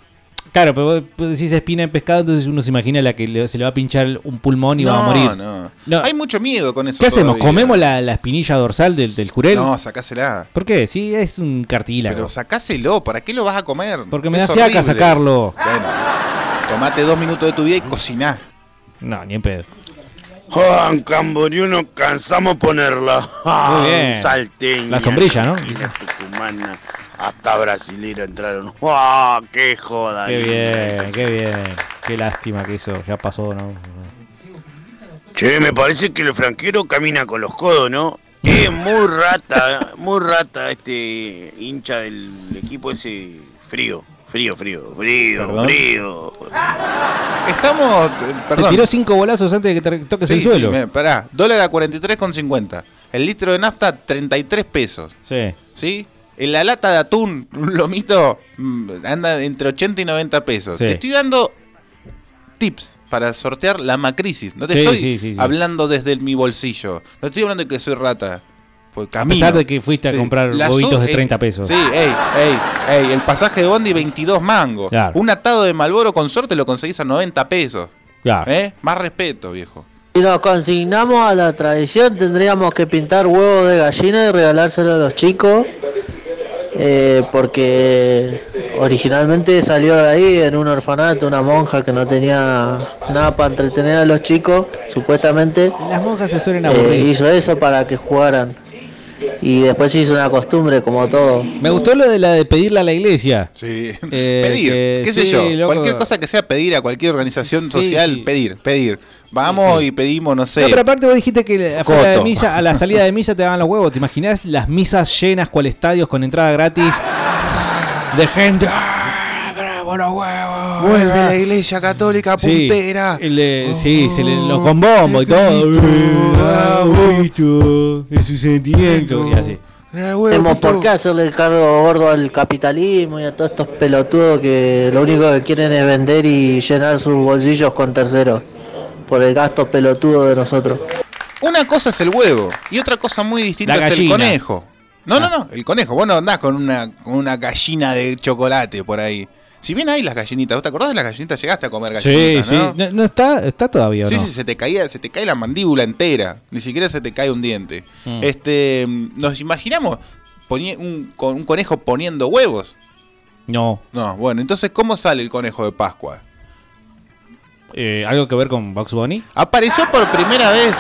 S5: Claro, pero vos- vos decís espina en pescado, entonces uno se imagina la que le- se le va a pinchar un pulmón y va a morir.
S9: No.
S5: No.
S9: Hay mucho miedo con eso.
S5: ¿Qué hacemos?
S9: todavía.
S5: ¿Comemos la, la espinilla dorsal del, del jurel?
S9: No, sacásela.
S5: ¿Por qué? Sí, es un cartílago.
S9: Pero sacáselo, ¿para qué lo vas a comer?
S5: Porque me
S9: Es
S5: da fiaca
S9: horrible.
S5: sacarlo.
S9: Bueno, tomate dos minutos de tu vida y cociná.
S5: No, ni en pedo.
S14: Ah, en Camboriú nos cansamos ponerla.
S5: Muy bien.
S14: Salteña.
S5: La sombrilla, ¿no?
S14: argentina, tucumana, hasta brasilera entraron. ¡Ah, qué joda!
S5: Qué bien, qué bien. Qué lástima que eso ya pasó, ¿no?
S14: Che, me parece que el franquero camina con los codos, ¿no? Es muy rata, muy rata este hincha del equipo ese frío, frío, frío, frío,
S9: ¿Perdón?
S14: frío.
S9: Estamos. eh, Perdón.
S5: Te tiró cinco golazos antes de que te toques
S9: Sí,
S5: el suelo.
S9: sí, me- pará, dólar a 43,50. El litro de nafta, 33 pesos.
S5: Sí.
S9: ¿Sí? En la lata de atún, un lomito, mm, anda entre 80 y 90 pesos.
S5: Sí.
S9: Te estoy dando tips para sortear la macrisis. No te
S5: Sí,
S9: estoy
S5: sí, sí, sí.
S9: hablando desde el- mi bolsillo. No estoy hablando de que soy rata. Pues camino.
S5: pesar de que fuiste a comprar
S9: La
S5: huevitos
S9: so-
S5: de
S9: eh,
S5: 30 pesos.
S9: Sí, ey, ey, ey. El pasaje de Bondi, 22 mangos.
S5: Claro.
S9: Un atado de Malboro con suerte lo conseguís a 90 pesos.
S5: Claro.
S9: ¿Eh? Más respeto, viejo.
S6: Si nos consignamos a la tradición, tendríamos que pintar huevos de gallina y regalárselo a los chicos, eh, porque originalmente salió de ahí en un orfanato una monja que no tenía nada para entretener a los chicos, supuestamente.
S5: Las monjas se suelen
S6: Eh,
S5: aburrir.
S6: hizo eso para que jugaran. Y después se hizo una costumbre, como todo.
S5: Me gustó lo de la de pedirle a la iglesia.
S9: Sí.
S5: Eh,
S9: pedir,
S5: que-
S9: qué sé
S5: sí,
S9: yo,
S5: loco.
S9: cualquier cosa que sea pedir a cualquier organización
S5: Sí,
S9: social,
S5: sí.
S9: pedir, pedir. Vamos y pedimos, no sé.
S5: No, pero aparte vos dijiste que afuera de
S9: Coto.
S5: misa, a la salida de misa te daban los huevos. ¿Te imaginás las misas llenas cual estadios con entrada gratis?
S9: Ah.
S5: De gente.
S9: Vuelve la iglesia católica
S5: Sí,
S9: puntera.
S5: el, eh, sí, se le- los con bombo y todo. Es su sentimiento. Y así.
S6: Tenemos por qué hacerle el cargo gordo al capitalismo y a todos estos pelotudos que lo único que quieren es vender y llenar sus bolsillos con terceros por el gasto pelotudo de nosotros.
S9: Una cosa es el huevo y otra cosa muy distinta
S6: La
S9: es el
S6: gallina.
S5: Ah.
S9: conejo. No, no, no, el conejo. Vos no andás con una, con una gallina de chocolate por ahí. Si bien hay las gallinitas, ¿vos te acordás de las gallinitas? Llegaste a comer
S5: Sí,
S9: gallinitas,
S5: sí.
S9: ¿no?
S5: No, no está, está todavía, ¿o
S9: Sí,
S5: ¿no?
S9: sí, se te, caía, se te cae la mandíbula entera. Ni siquiera se te cae un diente.
S5: Mm.
S9: Este, mm, Nos imaginamos poni- un, con un conejo poniendo huevos.
S5: No.
S9: No, bueno, entonces, ¿cómo sale el conejo de Pascua?
S5: Eh, ¿Algo que ver con Box Bunny?
S9: Apareció por primera vez.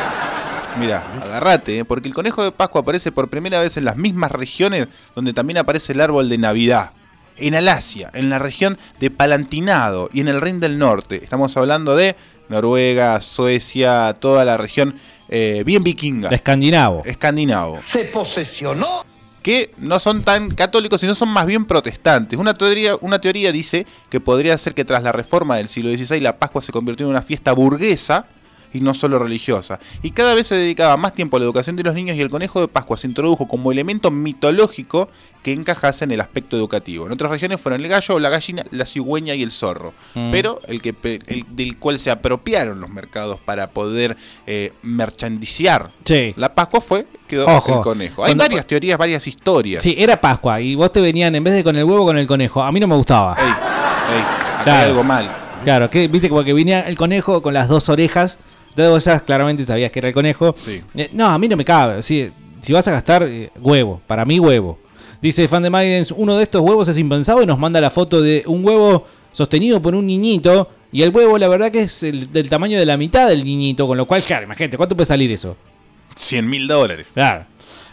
S9: Mira, agarrate, eh, porque el conejo de Pascua aparece por primera vez en las mismas regiones donde también aparece el árbol de Navidad. En Alasia, en la región de Palantinado y en el Rin del Norte. Estamos hablando de Noruega, Suecia, toda la región eh, bien vikinga.
S5: escandinavo.
S9: Escandinavo.
S2: Se posesionó.
S9: que no son tan católicos, sino son más bien protestantes. Una teoría, una teoría dice que podría ser que tras la reforma del siglo XVI la Pascua se convirtió en una fiesta burguesa y no solo religiosa. Y cada vez se dedicaba más tiempo a la educación de los niños y el conejo de Pascua se introdujo como elemento mitológico que encajase en el aspecto educativo. En otras regiones fueron el gallo, la gallina, la cigüeña y el zorro.
S5: Mm.
S9: Pero el, que, pe- el del cual se apropiaron los mercados para poder eh, merchandiciar
S5: Sí.
S9: la Pascua fue quedó
S5: Ojo.
S9: el conejo. Hay
S5: Cuando-
S9: varias teorías, varias historias.
S5: Sí, era Pascua y vos te venían en vez de con el huevo con el conejo. A mí no me gustaba.
S9: Ey, ey, acá hay
S5: Claro.
S9: algo mal.
S5: Claro, que viste como que venía el conejo con las dos orejas. Entonces vos ya claramente sabías que era el conejo.
S9: Sí.
S5: Eh, no, a mí no me cabe. sí, si vas a gastar eh, huevo, para mí huevo. Dice Fan de Maidens, uno de estos huevos es impensado y nos manda la foto de un huevo sostenido por un niñito. Y el huevo, la verdad que es el- del tamaño de la mitad del niñito, con lo cual, claro, imagínate, ¿cuánto puede salir eso?
S9: 100 mil dólares.
S5: Claro.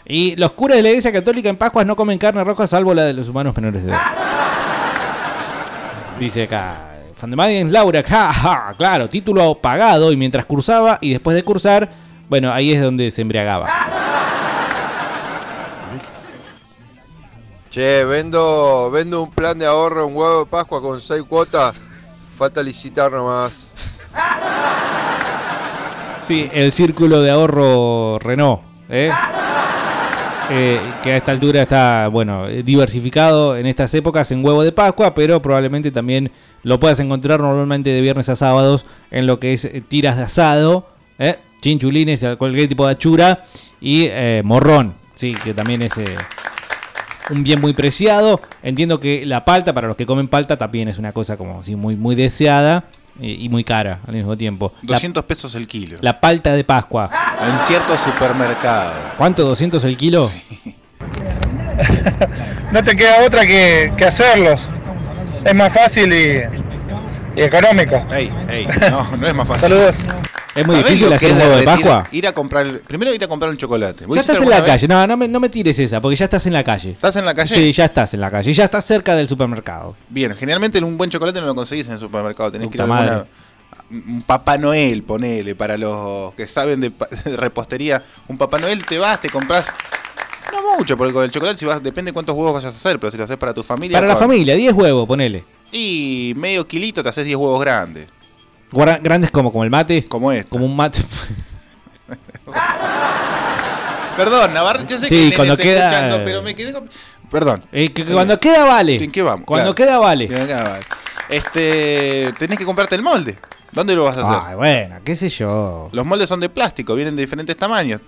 S5: Y los curas de la iglesia católica en Pascuas no comen carne roja salvo la de los humanos menores de edad. Dice acá. Fan de Maidens, Laura, ja, ja, claro, título pagado y mientras cursaba y después de cursar, bueno, ahí es donde se embriagaba.
S11: Che, vendo, vendo un plan de ahorro, un huevo de Pascua con seis cuotas. Falta licitar nomás.
S5: Sí, el círculo de ahorro Renault, ¿eh? Eh, que a esta altura está, bueno, eh, diversificado en estas épocas en huevo de Pascua, pero probablemente también lo puedas encontrar normalmente de viernes a sábados en lo que es eh, tiras de asado, ¿eh? chinchulines, cualquier tipo de achura y eh, morrón, sí, que también es eh, un bien muy preciado. Entiendo que la palta, para los que comen palta, también es una cosa como así muy, muy deseada eh, y, y muy cara al mismo tiempo. La-
S9: 200 pesos el kilo.
S5: la palta de Pascua.
S9: En cierto supermercado.
S5: ¿Cuánto? ¿200 el kilo?
S21: No te queda otra que, que hacerlos. Es más fácil y, y económico.
S9: Ey, ey, no, no es más fácil.
S21: Saludos.
S5: Es muy
S9: ¿Sabés
S5: difícil
S9: lo
S5: hacer
S9: que
S5: un
S9: es
S5: huevo de
S9: derretir?
S5: Pascua.
S9: Ir a comprar, el- primero ir a comprar un chocolate. ¿Vos
S5: Ya
S9: hiciste
S5: estás en la
S9: alguna vez?
S5: calle. No, no me, no me tires esa, porque ya estás en la calle.
S9: ¿Estás en la calle?
S5: Sí, ya estás en la calle. Ya estás cerca del supermercado.
S9: Bien, generalmente un buen chocolate no lo conseguís en el supermercado. Tenés que ir
S5: Puta
S9: a alguna-
S5: madre.
S9: un Papá Noel, ponele, para los que saben de, pa- de repostería. Un Papá Noel te vas, te compras. No mucho, porque con el chocolate, si vas, depende cuántos huevos vayas a hacer, pero si lo haces para tu familia.
S5: Para la
S9: con-
S5: familia, 10 huevos, ponele.
S9: Y medio kilito te haces 10 huevos grandes.
S5: Guarda- grandes como, como el mate.
S9: Como este.
S5: Como un mate.
S9: Perdón, Navarro, yo sé
S5: Sí,
S9: que nenes
S5: cuando
S9: está
S5: queda-
S9: escuchando, pero me quedé. con- Perdón.
S5: Eh, que- que cuando queda vale.
S9: ¿En qué vamos?
S5: Cuando
S9: Claro.
S5: queda vale.
S9: Bien, acá va. Este, tenés que comprarte el molde. ¿Dónde lo vas a hacer?
S5: Ay, Ah, bueno, qué sé yo.
S9: Los moldes son de plástico, vienen de diferentes tamaños.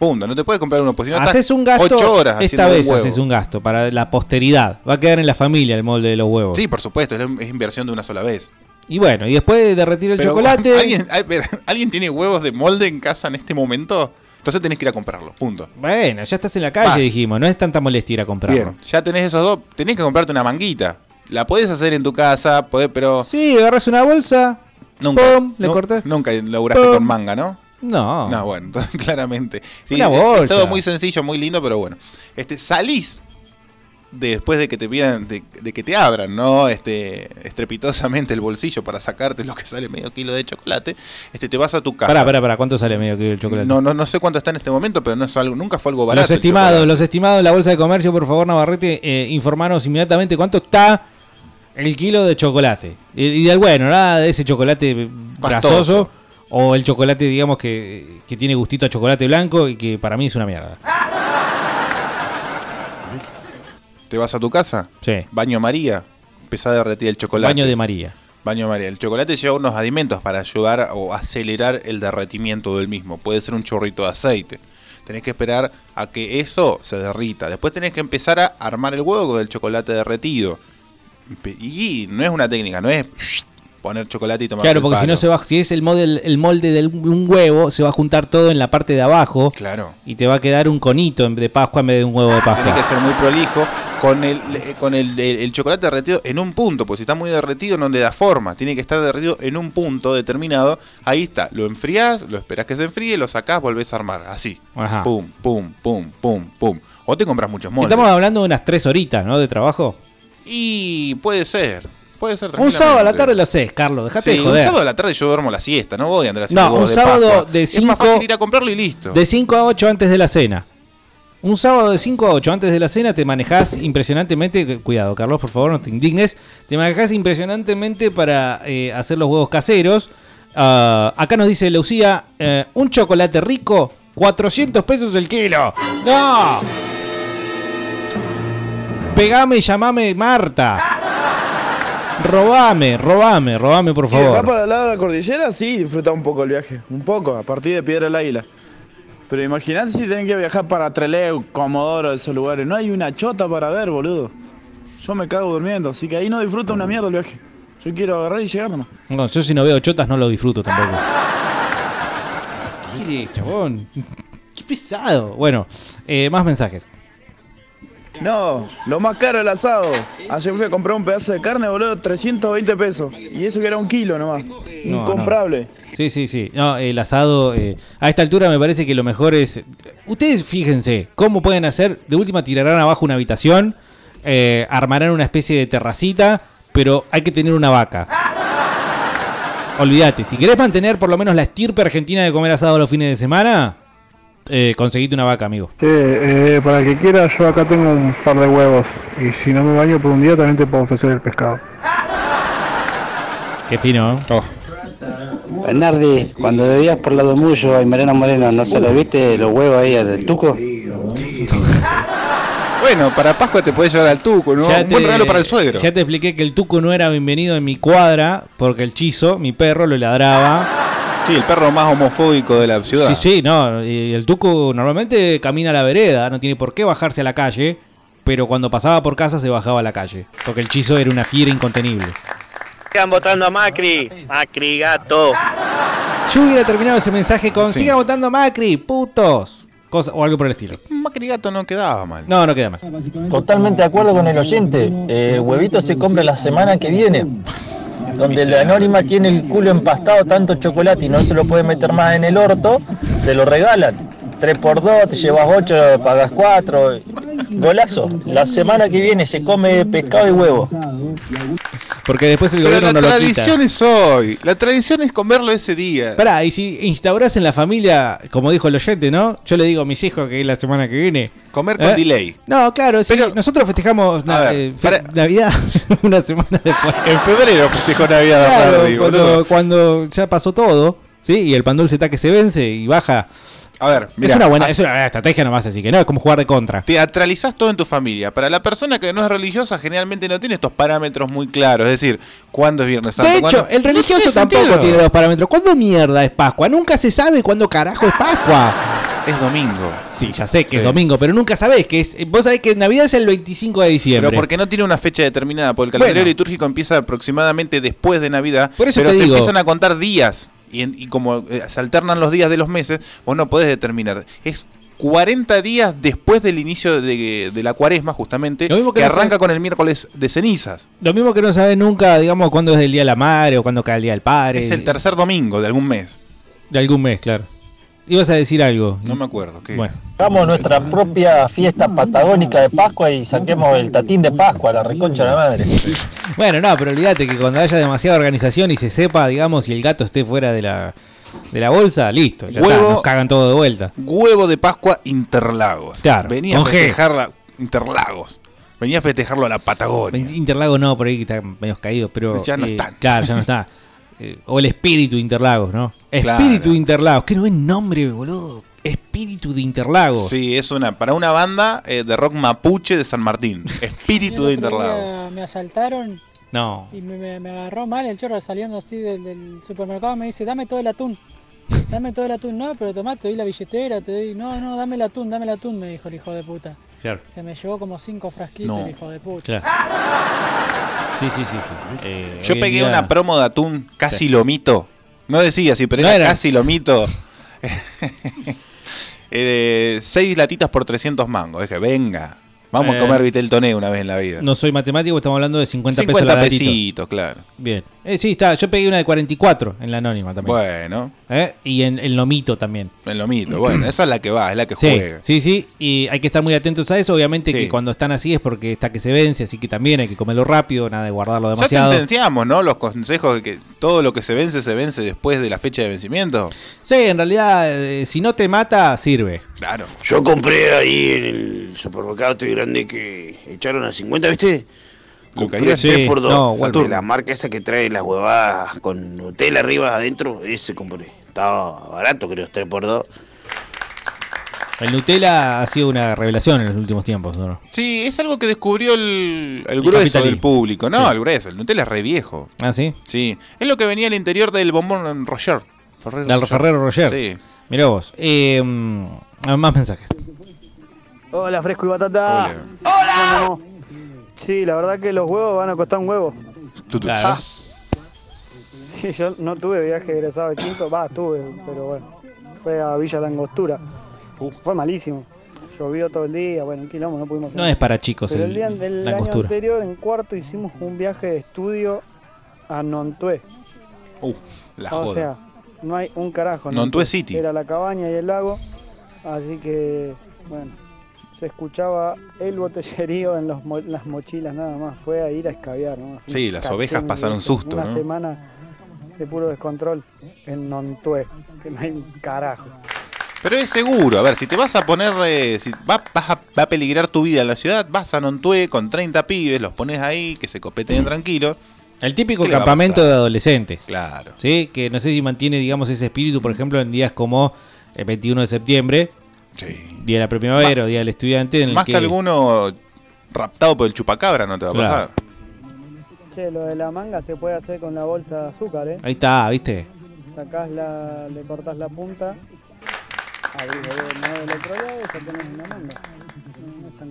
S9: Punto, no te puedes comprar uno, porque si no
S5: haces
S9: estás
S5: un gasto.
S9: 8 horas
S5: esta
S9: haciendo
S5: vez
S9: un huevo.
S5: haces un gasto para la posteridad. Va a quedar en la familia el molde de los huevos.
S9: Sí, por supuesto, es, la- es inversión de una sola vez.
S5: Y bueno, y después de derretir el
S9: Pero,
S5: chocolate.
S9: ¿alguien, ay, pero, ¿alguien tiene huevos de molde en casa en este momento? Entonces tenés que ir a comprarlo, punto.
S5: Bueno, ya estás en la calle,
S9: Va.
S5: dijimos. No es tanta molestia ir a comprarlo.
S9: Bien, ya tenés esos dos, tenés que comprarte una manguita. La podés hacer en tu casa, podés, pero
S5: Sí, agarras una bolsa.
S9: nunca,
S5: pum, le
S9: nu-
S5: cortás.
S9: nunca laburaste
S5: Pum.
S9: con manga, ¿no?
S5: No.
S9: No, bueno, entonces, claramente. Sí,
S5: Una
S9: es-
S5: bolsa.
S9: Es todo muy sencillo, muy lindo, pero bueno. Este, salís de- después de que te pidan, de, de que te abran, ¿no? Este, estrepitosamente el bolsillo para sacarte lo que sale medio kilo de chocolate. Este, te vas a tu casa.
S5: Pará, pará, pará. ¿Cuánto sale medio kilo el chocolate?
S9: No, no, no sé cuánto está en este momento, pero no es algo, nunca fue algo barato.
S5: los
S9: el
S5: estimados,
S9: chocolate.
S5: los estimados de la bolsa de comercio, por favor, Navarrete, eh, informanos inmediatamente cuánto está el kilo de chocolate. Y, y del bueno, nada de ese chocolate
S9: Pastoso.
S5: grasoso o el chocolate, digamos, que, que tiene gustito a chocolate blanco y que para mí es una mierda.
S9: Te vas a tu casa.
S5: Sí.
S9: Baño María. Empezá a derretir el chocolate.
S5: Baño de María.
S9: Baño María. El chocolate lleva unos alimentos para ayudar o acelerar el derretimiento del mismo. Puede ser un chorrito de aceite. Tenés que esperar a que eso se derrita. Después tenés que empezar a armar el huevo con el chocolate derretido. Y no es una técnica, no es poner chocolate y tomar
S5: Claro, porque si no se va, si es el molde, el molde de un huevo, se va a juntar todo en la parte de abajo.
S9: Claro.
S5: Y te va a quedar un conito en- de Pascua en vez de un huevo de
S9: Tiene que
S5: Pascua.
S9: ser muy prolijo con el eh, con el, el- el chocolate derretido en un punto, porque si está muy derretido no le da forma, tiene que estar derretido en un punto determinado. Ahí está, lo enfrías, lo esperás que se enfríe, lo sacás, volvés a armar, así.
S5: Ajá.
S9: Pum, pum, pum, pum, pum. O te compras muchos moldes.
S5: Estamos hablando de unas tres horitas, ¿no? De trabajo.
S9: Y puede ser, puede ser
S5: Un sábado a la
S9: tranquilamente.
S5: tarde lo haces, Carlos. Dejate
S9: Sí,
S5: de
S9: un
S5: joder.
S9: sábado a la tarde yo duermo la siesta, no voy a andar haciendo
S5: No,
S9: huevos
S5: un
S9: de
S5: sábado
S9: Pascua.
S5: de
S9: Es más fácil
S5: cinco-
S9: ir a comprarlo y listo.
S5: De 5 a 8 antes de la cena. Un sábado de 5 a 8 antes de la cena te manejás impresionantemente. Cuidado, Carlos, por favor, no te indignes. Te manejás impresionantemente para eh, hacer los huevos caseros. Ah, acá nos dice Lucía: eh, un chocolate rico, 400 pesos el kilo. ¡No! Pegame y llamame Marta. Robame, robame, robame, por
S8: Y acá
S5: favor.
S8: para el lado de la cordillera sí disfruta un poco el viaje, un poco, a partir de Piedra del Águila. Pero imagínate si tienen que viajar para Trelew, Comodoro, esos lugares. No hay una chota para ver, boludo. Yo me cago durmiendo, así que ahí no disfruta una mierda el viaje. Yo quiero agarrar y llegar nomás.
S5: No, yo si no veo chotas no lo disfruto tampoco. ¿Qué le- chabón? Qué pesado. Bueno, eh, más mensajes.
S8: No, lo más caro el asado. Ayer fui a comprar un pedazo de carne, boludo, 320 pesos. Y eso que era un kilo nomás.
S5: no.
S8: Incomprable.
S5: Sí, sí, sí. No, el asado. eh, a esta altura me parece que lo mejor es. Ustedes fíjense cómo pueden hacer. De última tirarán abajo una habitación, eh, armarán una especie de terracita, pero hay que tener una vaca. Olvídate, si querés mantener por lo menos la estirpe argentina de comer asado los fines de semana, eh, conseguite una vaca, amigo.
S19: Che, eh, para el que quiera, yo acá tengo un par de huevos. Y si no me baño por un día, también te puedo ofrecer el pescado.
S5: Qué fino. ¿eh?
S9: Oh.
S3: Bernardi, cuando bebías por la Domullo y Mariano Moreno, ¿no se lo viste los huevos ahí al tuco?
S9: Bueno, para Pascua te puedes llevar al tuco, ¿no?
S5: Ya
S9: un buen
S5: te-
S9: regalo para el suegro.
S5: Ya te expliqué que el tuco no era bienvenido en mi cuadra porque el chizo, mi perro, lo ladraba.
S9: Sí, el perro más homofóbico de la ciudad.
S5: Sí, sí, no. y el tuco normalmente camina a la vereda, no tiene por qué bajarse a la calle, pero cuando pasaba por casa se bajaba a la calle porque el chizo era una fiera incontenible.
S22: Sigan votando a Macri. Macri gato.
S5: Yo hubiera terminado ese mensaje con:
S22: Sí.
S5: siga votando a Macri, putos. Cosa- o algo por el estilo.
S9: Macrigato no quedaba mal.
S5: No, no queda mal.
S13: Totalmente de acuerdo con el oyente. El huevito se compra la semana que viene. Donde la anónima tiene el culo empastado tanto chocolate y no se lo puede meter más en el orto, te lo regalan. 3x2, te llevas 8, pagas 4. Golazo. La semana que viene se come pescado y huevo.
S6: Eh,
S5: Porque después el
S9: Pero la
S5: gobierno no lo quita.
S9: tradición es hoy. La tradición es comerlo ese día.
S5: Pará, y si instaurás en la familia, como dijo el oyente, ¿no? Yo le digo a mis hijos que es la semana que viene. ¿Eh?
S9: Comer con delay.
S5: No, claro, sí, nosotros festejamos na- eh, fe- Navidad una semana después.
S9: En febrero festejó Navidad la
S5: Claro,
S9: tarde,
S5: cuando,
S9: boludo.
S5: cuando ya pasó todo, ¿sí? Y el pan dulce está que se vence y baja.
S9: A ver, mirá,
S5: es, una buena,
S9: hace-
S5: es una buena estrategia nomás, así que no, es como jugar de contra.
S9: Teatralizás todo en tu familia. Para la persona que no es religiosa, generalmente no tiene estos parámetros muy claros. Es decir, ¿cuándo es Viernes Santo?
S5: De hecho,
S9: ¿Cuándo-
S5: el
S9: No
S5: religioso
S9: tiene
S5: tampoco
S9: sentido.
S5: tiene dos parámetros. ¿Cuándo mierda es Pascua? Nunca se sabe cuándo carajo es Pascua.
S9: Es domingo.
S5: Sí, ya sé que es domingo, pero nunca sabés que es. Vos sabés que Navidad es el 25 de diciembre.
S9: Pero porque no tiene una fecha determinada, porque el calendario
S5: Bueno.
S9: litúrgico empieza aproximadamente después de Navidad,
S5: Por eso
S9: pero
S5: te
S9: se
S5: digo.
S9: empiezan a contar días, y, en- y como eh, se alternan los días de los meses, vos no podés determinar. Es 40 días después del inicio de, de la cuaresma, justamente,
S5: mismo
S9: que,
S5: que no
S9: arranca
S5: sabes-
S9: con el miércoles de cenizas.
S5: Lo mismo que no sabés nunca, digamos, cuándo es el Día de la Madre o cuándo cae el Día del Padre.
S9: Es el tercer domingo de algún mes.
S5: De algún mes, claro. Ibas a decir algo.
S9: No me acuerdo. ¿qué?
S5: Bueno.
S13: Hagamos nuestra propia fiesta patagónica de Pascua y saquemos el tatín de Pascua, la reconcha de la madre.
S5: Bueno, no, pero olvídate que cuando haya demasiada organización y se sepa, digamos, y el gato esté fuera de la, de la bolsa, listo. Ya está,
S9: Huevo-
S5: nos cagan todo de vuelta.
S9: Huevo de Pascua Interlagos.
S5: Claro,
S9: Venía a
S5: con G.
S9: festejarla Interlagos. Venía a festejarlo a la Patagonia.
S5: Interlago no, por ahí que está medio caído, pero.
S9: Ya no
S5: eh,
S9: están.
S5: Claro, ya no está. Eh, o el espíritu de Interlagos, ¿no? Espíritu de Interlagos. Qué buen nombre, boludo. Espíritu de Interlagos.
S9: Sí, es una para una banda eh, de rock mapuche de San Martín. Espíritu de
S15: El otro día
S9: Interlagos.
S15: Me asaltaron
S5: No.
S15: y me, me- me agarró mal el chorro saliendo así del, del supermercado. Me dice, dame todo el atún. Dame todo el atún. No, pero tomá, te doy la billetera, te doy... No, no, dame el atún, dame el atún, me dijo el hijo de puta.
S5: Claro.
S15: Se me llevó como cinco frasquitos
S5: No.
S15: el hijo de puta.
S5: Claro. Sí, sí, sí. sí. Eh,
S9: Yo
S5: hoy en
S9: pegué
S5: día-
S9: una promo de atún casi
S5: Sí.
S9: lomito. No decía así, pero
S5: No
S9: era,
S5: era.
S9: casi lomito. eh, seis latitas por 300 mangos. Dije, venga, vamos
S5: Eh.
S9: a comer vitel toné una vez en la vida.
S5: No soy matemático, estamos hablando de 50,
S9: 50
S5: pesos la latita.
S9: pesitos, claro.
S5: Bien. Eh, sí, está. Yo pegué una de 44 en la anónima también.
S9: Bueno.
S5: Eh, Y en el lomito también.
S9: El lomito, bueno, esa es la que va, es la que
S5: Sí,
S9: juega.
S5: sí, sí, y hay que estar muy atentos a eso. Obviamente
S9: Sí.
S5: que cuando están así es porque está que se vence, así que también hay que comerlo rápido, nada de guardarlo demasiado.
S9: Ya sentenciamos, ¿no? Los consejos de que todo lo que se vence, se vence después de la fecha de vencimiento.
S5: Sí, en realidad, eh, si no te mata, sirve.
S9: Claro.
S14: Yo compré ahí en el supermercado este grande que echaron a 50, ¿viste? Compré
S5: Lucaría, sí.
S14: 3 por 2
S5: No,
S14: de
S5: Walmart.
S14: la marca esa que trae las huevadas con Nutella arriba adentro, ese compré. Estaba barato, creo, 3 por 2
S5: El Nutella ha sido una revelación en los últimos tiempos. ¿no?
S9: Sí, es algo que descubrió el, el
S5: El
S9: grueso
S5: capitalismo.
S9: del público. No,
S5: Sí.
S9: el grueso, el Nutella es re viejo.
S5: Ah, sí.
S9: Sí, es lo que venía al interior del bombón Roger. Ferrero
S5: Del Ferrero Roger.
S9: Sí.
S5: Mirá vos. Eh, mm, más mensajes.
S1: Hola, fresco y batata. ¡Hola! Sí, la verdad que los huevos van a costar un huevo.
S5: Claro.
S1: Ah. Sí, yo no tuve viaje egresado de quinto, va, tuve, pero bueno. Fue a Villa Langostura. Fue malísimo. Llovió todo el día, bueno, un quilombo, no pudimos hacer
S5: No
S1: nada.
S5: es para chicos
S1: Pero
S5: el
S1: el día del año
S5: Langostura.
S1: anterior, en cuarto, hicimos un viaje de estudio a Nontué.
S9: Uh, la
S1: o
S9: joda.
S1: sea, no hay un carajo. en
S9: Nontué City.
S1: Era la cabaña y el lago, así que, bueno, se escuchaba el botellerío en los mo- las mochilas nada más. Fue a ir a escabiar, ¿no? Fue
S9: Sí,
S1: un
S9: las
S1: cachón
S9: ovejas
S1: de
S9: pasaron
S1: eso.
S9: susto,
S1: Una
S9: ¿no?
S1: semana de puro descontrol en Nontué, que no hay un carajo.
S9: Pero es seguro, a ver, si te vas a poner, eh, si va, vas a, va a peligrar tu vida en la ciudad, vas a Nontue con 30 pibes, los pones ahí, que se copeteen tranquilo.
S5: El típico
S9: ¿Qué le va a
S5: campamento
S9: pasar?
S5: de adolescentes.
S9: Claro.
S5: Sí, que no sé si mantiene, digamos, ese espíritu, por ejemplo, en días como el 21 de septiembre. Día de la primavera o día del estudiante. En el
S9: Más que... alguno raptado por el chupacabra no te va a
S5: Claro.
S9: pasar.
S1: Che, lo de la manga se puede hacer con la bolsa de azúcar, ¿eh?
S5: Ahí está, ¿viste?
S1: Sacás la, le cortás la punta, abrís de nuevo del otro lado y ya tenés una manga.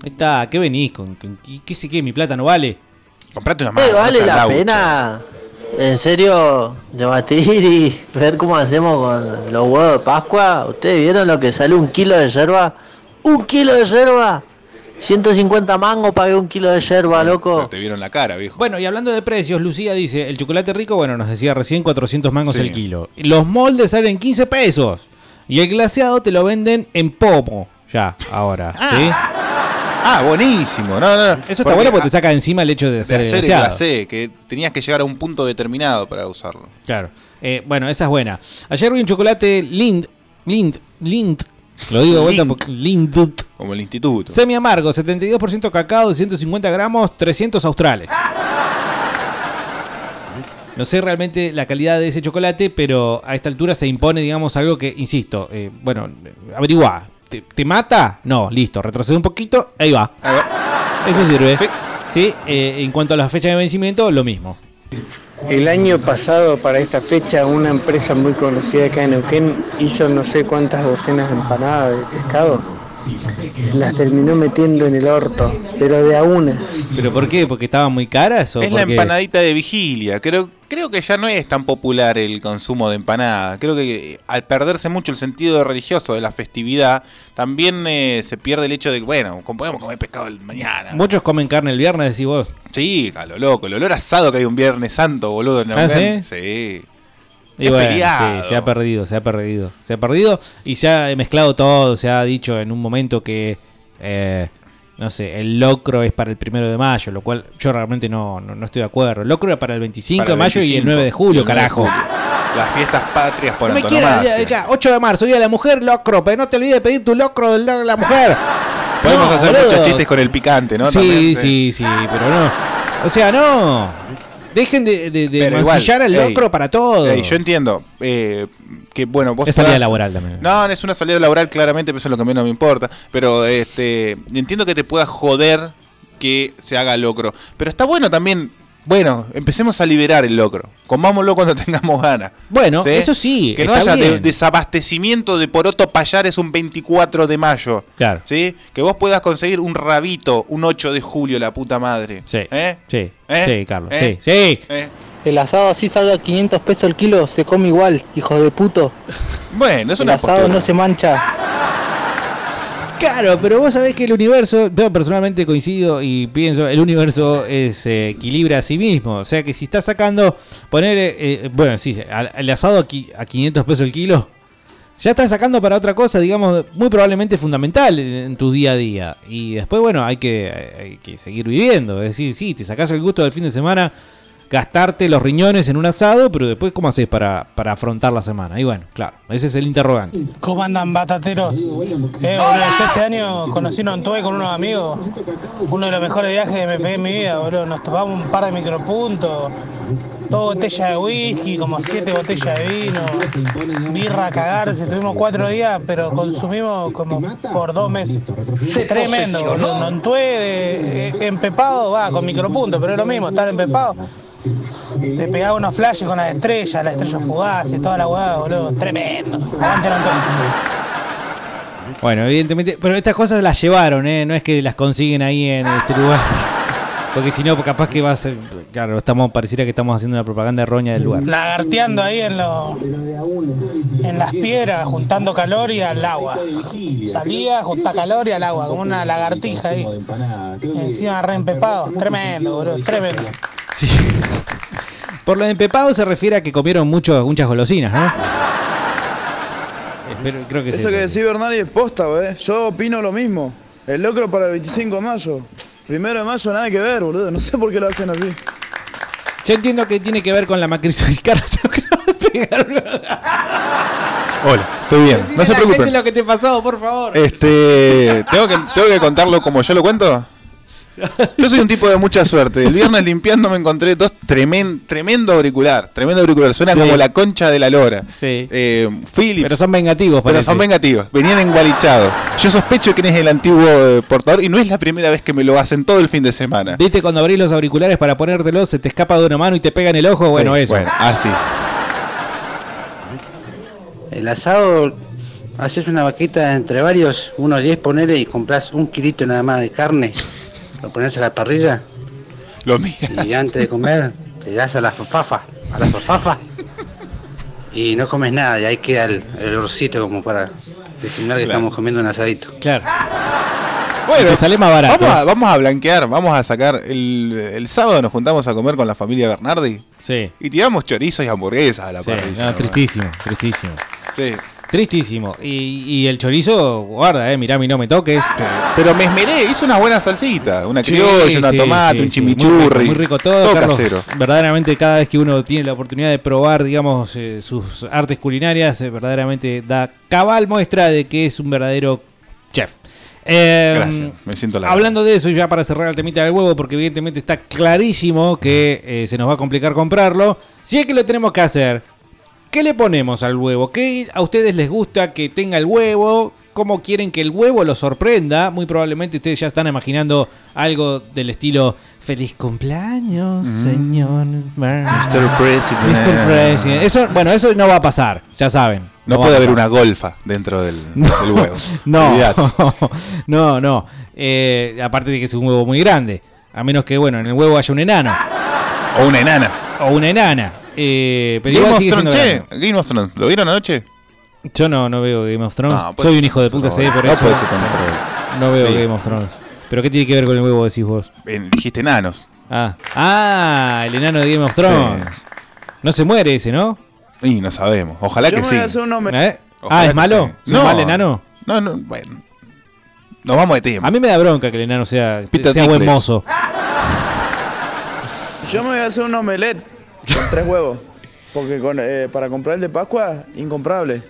S5: Ahí está, ¿qué venís? ¿Con, con- qué, qué sé qué? ¿Mi plata no vale?
S9: Comprate una
S5: Ah,
S1: mano,
S6: Eh, vale la pena, en serio, debatir y ver cómo hacemos con los huevos de Pascua. ¿Ustedes vieron lo que sale un kilo de yerba? ¡Un kilo de yerba! 150 mangos pagué un kilo de yerba, loco.
S9: Te vieron la cara, viejo.
S5: Bueno, y hablando de precios, Lucía dice, el chocolate rico, bueno, nos decía recién 400 mangos
S9: Sí.
S5: el kilo. Los moldes salen 15 pesos. Y el glaseado te lo venden en pomo, ya, ahora. ¿sí?
S9: Ah, buenísimo. No, no, no.
S5: Eso está bueno porque te saca de encima el hecho de
S9: de
S5: hacer,
S9: hacer
S5: el
S9: el
S5: glaseado.
S9: glacé, que tenías que llegar a un punto determinado para usarlo.
S5: Claro. Eh, bueno, esa es buena. Ayer vi un chocolate Lind, Lind, Lind. Lo digo de vuelta porque Lind.
S9: Como el instituto.
S5: Semi amargo, 72% cacao, 150 gramos, 300 australes. No sé realmente la calidad de ese chocolate, pero a esta altura se impone, digamos, algo que, insisto, eh, bueno, averiguá. ¿Te, te mata? No, listo, retrocede un poquito, ahí va. Eso sirve. Sí. eh, en cuanto a la fecha de vencimiento, lo mismo.
S4: El año pasado, para esta fecha, una empresa muy conocida acá en Neuquén hizo no sé cuántas docenas de empanadas de pescado. Las terminó metiendo en el orto, pero de a una.
S5: ¿Pero por qué? ¿Porque estaban muy caras? O
S9: Es la
S5: porque-
S9: empanadita de vigilia. Creo, creo que ya no es tan popular el consumo de empanada. Creo que eh, al perderse mucho el sentido religioso de la festividad, también eh, se pierde el hecho de que, bueno, como podemos comer pescado el mañana.
S5: Muchos comen carne el viernes, decís vos.
S9: Sí, a lo loco. El olor asado que hay un Viernes Santo, boludo. En
S5: Ah,
S9: Neuquén. Sí.
S5: Y
S9: Es
S5: bueno,
S9: feriado.
S5: sí, se ha perdido, se ha perdido. Se ha perdido y se ha mezclado todo. Se ha dicho en un momento que, eh, no sé, el locro es para el primero de mayo, lo cual yo realmente no, no, no estoy de acuerdo. El locro era para el 25
S9: Para
S5: de
S9: el
S5: mayo y el
S9: 25,
S5: 9 de julio,
S9: y el 9 de
S5: carajo.
S9: julio. Las fiestas patrias por
S5: No me
S9: antonomasia.
S5: quieras, ya, ya, 8 de marzo, Día de la Mujer, locro, pero no te olvides de pedir tu locro de la la mujer.
S9: Podemos
S5: No,
S9: hacer
S5: boludo.
S9: muchos chistes con el picante, ¿no?
S5: Sí,
S9: También,
S5: sí, sí, pero no. O sea, no. Dejen de, de, de
S9: Pero igual,
S5: mancillar el
S9: ey,
S5: locro para todo.
S9: ey, yo entiendo eh, que, bueno, vos
S5: Es salida
S9: podás-
S5: laboral también.
S9: No, es una salida laboral, claramente, pero eso es lo que menos me importa. Pero este entiendo que te pueda joder que se haga locro. Pero está bueno también Bueno, empecemos a liberar el locro. Comámoslo cuando tengamos ganas.
S5: Bueno, eso sí,
S9: Que no
S5: está
S9: haya de-
S5: bien.
S9: desabastecimiento de poroto payares un 24 de mayo.
S5: Claro.
S9: ¿Sí? Que vos puedas conseguir un rabito un 8 de julio, la puta madre.
S5: Sí.
S9: ¿Eh?
S5: Sí.
S9: ¿Eh?
S5: Sí, Carlos.
S9: ¿Eh?
S5: Sí. Sí.
S9: ¿Eh?
S6: El asado así salga a 500 pesos el kilo, se come igual, hijo de puto.
S9: Bueno, es
S6: El
S9: una
S6: asado
S9: postura.
S6: no se mancha.
S5: Claro, pero vos sabés que el universo, yo personalmente coincido y pienso, el universo es, eh, equilibra a sí mismo. O sea que si estás sacando, poner, eh, eh, bueno, sí, al- el asado a, qui- a 500 pesos el kilo, ya estás sacando para otra cosa, digamos, muy probablemente fundamental en, en tu día a día. Y después, bueno, hay que, hay que seguir viviendo. Es decir, sí, te sacás el gusto del fin de semana, gastarte los riñones en un asado, pero después, ¿cómo haces para, para afrontar la semana? Y bueno, claro, ese es el interrogante.
S7: ¿Cómo andan batateros? Eh, boludo, yo este año conocí un Antue con unos amigos. Uno de los mejores viajes que me pegué en mi vida, boludo. Nos topamos un par de micropuntos, dos botellas de whisky, como siete botellas de vino, birra a cagarse. Tuvimos cuatro días, pero consumimos como por dos meses. Tremendo, boludo. Un Antue de- eh, empepado, va, con micropuntos, pero es lo mismo, estar empepado. Te pegaba unos flashes con las estrellas, las estrellas fugaces, toda la hueá, boludo. Tremendo. Aguante el Antue.
S5: Bueno, evidentemente, pero estas cosas las llevaron, ¿eh? no es que las consiguen ahí en este lugar. Porque si no, capaz que va a ser. Claro, estamos, pareciera que estamos haciendo una propaganda errónea del lugar.
S7: Lagarteando ahí en los en las piedras, juntando calor y al agua. Salía, junta calor y al agua, como una lagartija ahí. Encima re empepado. Tremendo, boludo, tremendo.
S5: Por lo de empepado se refiere a que comieron mucho, muchas golosinas, ¿no? Espero- creo que es
S8: Eso que
S5: eso.
S8: decís Bernal es posta, ¿eh? Yo opino lo mismo. El locro para el 25 de mayo. Primero de mayo nada que ver, boludo. No sé por qué lo hacen así.
S5: Yo entiendo que tiene que ver con la macrisis. Carlos,
S9: Hola, estoy bien. No se preocupen.
S5: lo que te pasó, por favor.
S9: Este, ¿tengo que, ¿Tengo que contarlo como yo lo cuento? Yo soy un tipo de mucha suerte. El viernes limpiando me encontré dos tremen- tremendo auricular. Tremendo auricular. Suena
S5: Sí.
S9: como la concha de la lora.
S5: Sí.
S9: Eh, Philips.
S5: Pero son vengativos,
S9: Pero
S5: parece.
S9: son vengativos. Venían engualichados. Yo sospecho quién es el antiguo eh, portador y no es la primera vez que me lo hacen todo el fin de semana.
S5: Viste cuando abrís los auriculares para ponértelos, se te escapa de una mano y te pega en el ojo. Bueno,
S9: Sí,
S5: eso.
S9: Bueno, así.
S3: El asado, haces una vaquita entre varios, unos 10 ponele y compras un kilito nada más de carne, lo pones a la parrilla
S9: Lo mismo.
S3: y antes de comer te das a la fafafa, a la fafafa y no comes nada y ahí queda el, el olorcito como para disimular que estamos comiendo un asadito.
S5: Claro.
S9: Bueno,
S5: Te sale más barato.
S9: Vamos a, vamos a blanquear, vamos a sacar. El, el sábado nos juntamos a comer con la familia Bernardi.
S5: Sí.
S9: Y tiramos chorizos y hamburguesas a la
S5: Sí,
S9: parrilla.
S5: no,
S9: ¿no?
S5: Ah, tristísimo, tristísimo.
S9: Sí.
S5: Tristísimo. Y, y el chorizo, guarda, eh, mirá, mi no me toques.
S9: Pero me esmeré, hizo una buena salsita. Una
S5: Sí,
S9: criolla, una
S5: sí,
S9: tomate,
S5: sí,
S9: un
S5: sí, muy rico,
S9: chimichurri.
S5: Muy rico, todo, Carlos.
S9: casero.
S5: Verdaderamente, cada vez que uno tiene la oportunidad de probar, digamos, eh, sus artes culinarias, eh, verdaderamente da cabal muestra de que es un verdadero chef. Eh,
S9: Gracias, me siento halagado.
S5: Hablando de eso, y ya para cerrar el temita del huevo, porque evidentemente está clarísimo que eh, se nos va a complicar comprarlo. Si es que lo tenemos que hacer, ¿qué le ponemos al huevo? ¿Qué a ustedes les gusta que tenga el huevo? ¿Cómo quieren que el huevo lo sorprenda? Muy probablemente ustedes ya están imaginando algo del estilo Feliz cumpleaños, señor. Mr.
S9: President.
S5: Mr. President. Eso, bueno, eso no va a pasar, ya saben.
S9: No
S5: va
S9: puede
S5: a
S9: haber
S5: pasar.
S9: una golfa dentro del, del huevo.
S5: No,
S9: Olvidate.
S5: no, no. Eh, aparte de que es un huevo muy grande. A menos que, bueno, en el huevo haya un enano.
S9: O una enana.
S5: O una enana. Eh, pero
S9: Game
S5: igual
S9: of
S5: sigue siendo
S9: Thrones, che,
S5: grande.
S9: Game of Thrones, ¿lo vieron anoche?
S5: Yo no, no veo Game of Thrones.
S9: No, pues,
S5: Soy un hijo de puta,
S9: no,
S5: sé, por
S9: no
S5: eso.
S9: puede ser tan troll.
S5: no veo
S9: Sí.
S5: Game of Thrones. ¿Pero qué tiene que ver con el huevo, decís vos?
S9: En- dijiste enanos.
S5: Ah, ah el enano de Game of Thrones. No se muere ese, ¿no?
S9: Y no sabemos. Ojalá
S5: Yo
S9: que
S5: me
S9: sí.
S5: voy a hacer un hombre- ¿Eh? Ah, ¿es
S9: que
S5: malo?
S9: sí.
S5: ¿Es un mal enano?
S9: No, no, bueno. Nos vamos de tema.
S5: A mí me da bronca que el enano sea,
S9: Peter
S5: sea buen
S9: Dinklage.
S5: mozo.
S8: Yo me voy a hacer un omelette con tres huevos. Porque con, eh, para comprar el de Pascua, incomprable.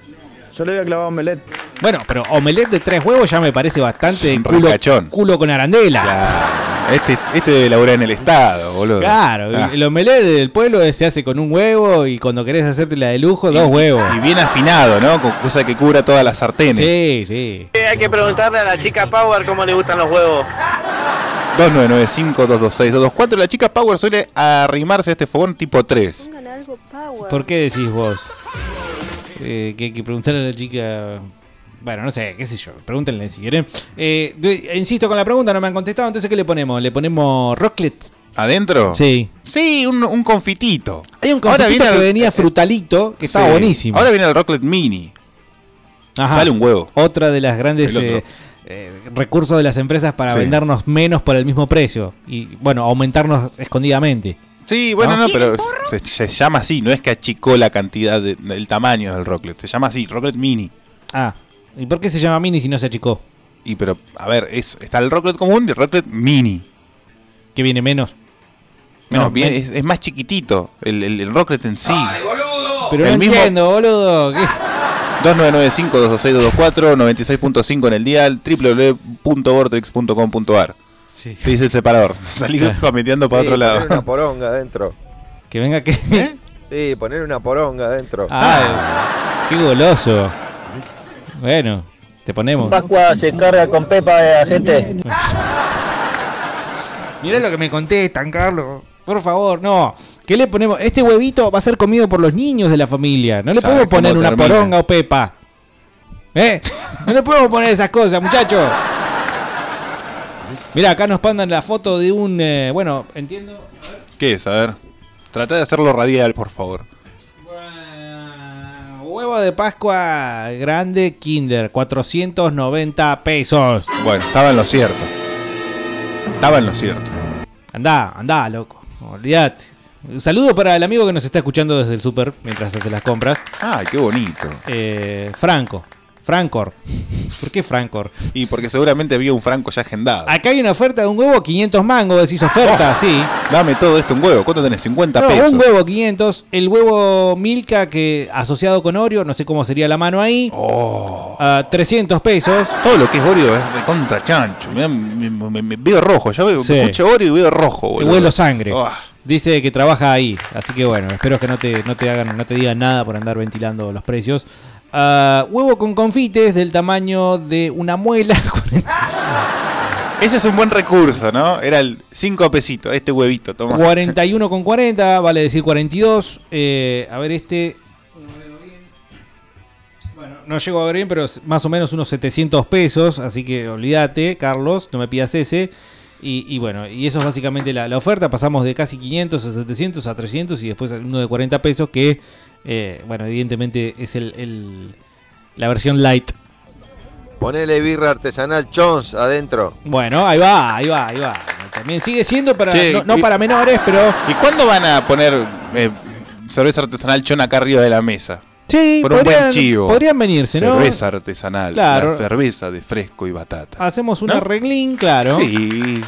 S8: Yo le voy a clavar omelette.
S5: Bueno, pero omelette de tres huevos ya me parece bastante
S9: un
S5: culo,
S9: ricachón.
S5: culo con arandela.
S9: Este, este debe laburar en el Estado, boludo.
S5: Claro,
S9: Ah,
S5: el omelette del pueblo se hace con un huevo y cuando querés hacerte la de lujo, dos huevos.
S9: Y bien afinado, ¿no? Con cosa que cubra todas las sartenes.
S5: Sí, sí.
S22: Hay que preguntarle a la chica Power cómo le gustan los huevos.
S9: 2995-226-224. La chica Power suele arrimarse a este fogón tipo 3.
S5: ¿Por qué decís vos? Eh, que hay que preguntarle a la chica. Bueno, no sé, qué sé yo. Pregúntenle si quieren. Eh, du- insisto con la pregunta, no me han contestado. Entonces, ¿qué le ponemos? ¿Le ponemos rocklet?
S9: ¿Adentro?
S5: Sí.
S9: Sí, un, un confitito.
S5: Hay un
S9: Ahora viene
S5: confitito que
S9: el- eh,
S5: venía frutalito, que estaba
S9: Sí.
S5: buenísimo.
S9: Ahora viene el Rocklet Mini.
S5: Ajá.
S9: Sale un huevo.
S5: Otra de las grandes
S9: El otro.
S5: eh, eh, recursos de las empresas para
S9: Sí.
S5: vendernos menos por el mismo precio. Y bueno, aumentarnos escondidamente.
S9: Sí, bueno, no,
S5: ¿No?
S9: pero se, se llama así. No es que achicó la cantidad, de- el tamaño del Rocklet. Se llama así, Rocklet Mini.
S5: Ah, ¿y por qué se llama mini si no se achicó?
S9: Y pero, a ver, es, está el Rocklet común y el Rocklet Mini.
S5: Que viene menos.
S9: No,
S5: No,
S9: viene-
S5: men-
S9: es, es más chiquitito el, el, el Rocklet en sí.
S5: Pero
S9: El
S5: no
S9: mismo-
S5: entiendo, boludo. ¿qué?
S9: 2995-226-224, 96.5 en el dial, www.vortex.com.ar.
S5: Sí.
S9: Te dice el separador. Salí
S11: Claro.
S9: cometeando para
S11: Sí,
S9: otro
S11: poner
S9: lado.
S11: Una poronga adentro.
S5: Que venga que.
S11: Sí, poner una poronga adentro.
S5: Ah, qué goloso. Bueno, te
S9: eh.
S5: ponemos.
S13: Pascua se carga con Pepa de la gente.
S5: Mirá lo que me contestan, Carlos. Por favor, no. ¿Qué le ponemos? Este huevito va a ser comido por los niños de la familia. No le
S9: ¿Sabes
S5: podemos poner
S9: cómo
S5: una
S9: termina?
S5: poronga o pepa. ¿Eh? No le podemos poner esas cosas, muchachos. Mirá, acá nos mandan la foto de un. eh, bueno, entiendo.
S9: ¿Qué es? A ver. Trata de hacerlo radial, por favor.
S5: Huevo de Pascua grande Kinder, 490 pesos.
S9: Bueno, estaba en lo cierto. Estaba en lo cierto.
S5: Andá, andá, loco. Olvídate. Un saludo para el amigo que nos está escuchando desde el súper mientras hace las compras.
S9: Ah, qué bonito.
S5: Eh, Franco. Francor. ¿Por qué Francor?
S9: Y porque seguramente había un franco ya agendado.
S5: Acá hay una oferta de un huevo, 500 mangos, decís oferta, sí.
S9: Dame todo esto un huevo. ¿Cuánto tenés? 50
S5: No,
S9: pesos.
S5: un huevo 500, el huevo Milka que asociado con Oreo, no sé cómo sería la mano ahí. Ah, 300 pesos.
S9: Oh. Todo lo que es Oreo es recontra chancho. Me, da- me- me- me veo rojo. Ya veo,
S5: Sí.
S9: escucho Oreo y veo rojo,
S5: Te
S9: boludo.
S5: huelo sangre.
S9: Ah.
S5: Dice que trabaja ahí, así que bueno, espero que no te, no te hagan, no te digan nada por andar ventilando los precios. Ah, huevo con confites del tamaño de una muela.
S9: Ese es un buen recurso, ¿no? Era el 5 pesito, este huevito, toma.
S5: 41 con 40, vale decir 42. Eh, a ver, este. Bueno, no llego a ver bien, pero es más o menos unos 700 pesos. Así que olvídate, Carlos, no me pidas ese. Y, y bueno, y eso es básicamente la, la oferta. Pasamos de casi 500 a 700 a 300 y después uno de 40 pesos que, eh, bueno, evidentemente es el, el- la versión light.
S11: Ponele birra artesanal Chons adentro.
S5: Bueno, ahí va, ahí va, ahí va. También sigue siendo para,
S9: Che,
S5: no, no
S9: y-
S5: para menores, pero...
S9: ¿Y cuándo van a poner eh, cerveza artesanal chona acá arriba de la mesa?
S5: Sí,
S9: Por un buen
S5: podrían-
S9: chivo.
S5: podrían venirse, ¿no?
S9: Cerveza artesanal.
S5: Claro.
S9: La cerveza de fresco y batata.
S5: Hacemos un
S9: ¿No?
S5: arreglín, claro.
S9: Sí.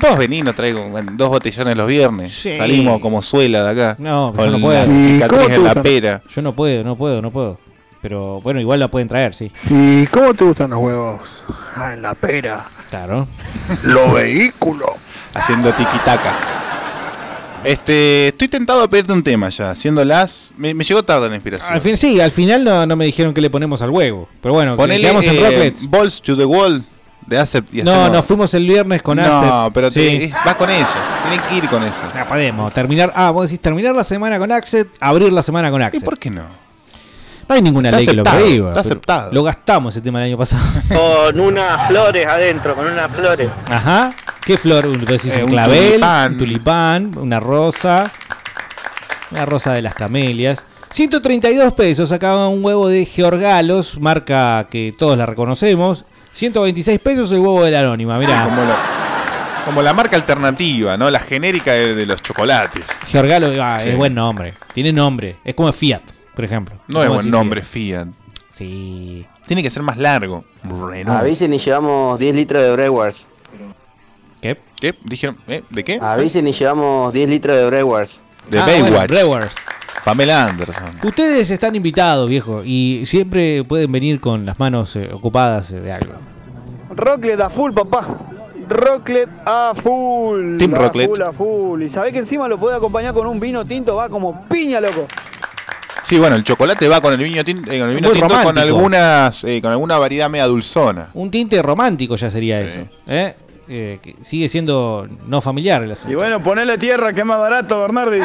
S9: Vos venís, nos traigo bueno, dos botellones los viernes.
S5: Sí.
S9: Salimos como suela de acá.
S5: No, pues
S9: con
S5: yo no
S9: la
S5: puedo.
S9: cicatriz en la pera.
S5: Yo no puedo, no puedo, no puedo. Pero bueno, igual la pueden traer, sí.
S19: ¿Y cómo te gustan los huevos? Ah, en la pera.
S5: Claro.
S19: Lo vehículo.
S9: Haciendo tiquitaca. Este, estoy tentado a pedirte un tema ya, siendo las... Me, me llegó tarde la inspiración.
S5: Al fin, sí, al final no, no me dijeron que le ponemos al huevo. Pero bueno, Ah, que
S9: Ponele
S5: quedamos en
S9: eh,
S5: Rocklets.
S9: Balls to the Wall de Acept y
S5: No,
S9: hacemos-
S5: nos fuimos el viernes con Ace.
S9: No, pero te-
S5: sí.
S9: es- vas con eso. Tienen que ir con eso.
S5: No podemos terminar. Ah, vos decís terminar la semana con Axel, abrir la semana con Axel.
S9: ¿Y por qué no?
S5: No hay ninguna
S9: Está
S5: ley que
S9: aceptado,
S5: lo prohíba.
S9: está
S5: pero
S9: aceptado.
S5: Lo gastamos ese tema el año pasado.
S22: Con unas flores adentro, con unas flores.
S5: Ajá. ¿Qué flor? Un, decís
S22: Eh,
S5: un
S22: un
S5: clavel,
S22: tulipán.
S5: un tulipán, una rosa, una rosa de las camelias. 132 pesos acaba un huevo de Georgalos, marca que todos la reconocemos. 126 pesos el huevo de la anónima, mirá.
S9: Sí, Ah, como, la, como la marca alternativa, ¿no? La genérica de, de los chocolates.
S5: Georgalos, ah,
S9: Sí.
S5: es buen nombre. Tiene nombre. Es como Fiat, por ejemplo.
S9: No es
S5: Como
S9: buen
S5: decir
S9: nombre, Fiat.
S5: Sí.
S9: Tiene que ser más largo. Renault.
S12: Avisen y llevamos 10 litros de Brewers.
S5: ¿Qué?
S9: ¿Qué? ¿Dijeron? ¿Eh? ¿De qué?
S12: Avisen y llevamos 10 litros Ah, de Brewers.
S9: De
S5: Ah, bueno,
S9: Baywatch.
S5: Brewers.
S9: Pamela Anderson.
S5: Fiat. Ustedes están invitados, viejo, y siempre pueden venir con las manos eh, ocupadas eh, de algo.
S1: Rocklet a full, papá. Rocklet a full.
S5: Team
S1: a
S5: Rocklet.
S1: full, a full. Y sabés que encima lo puede acompañar con un vino tinto, va como piña, loco.
S9: Sí, bueno, el chocolate va con el vino, tin- eh, con el vino
S5: Muy
S9: tinto con
S5: romántico.
S9: algunas eh, con alguna variedad media dulzona.
S5: Un tinte romántico ya sería eso. ¿eh? eh, que sigue siendo no familiar el asunto.
S8: Y bueno, ponele tierra, que es más barato, Bernardi.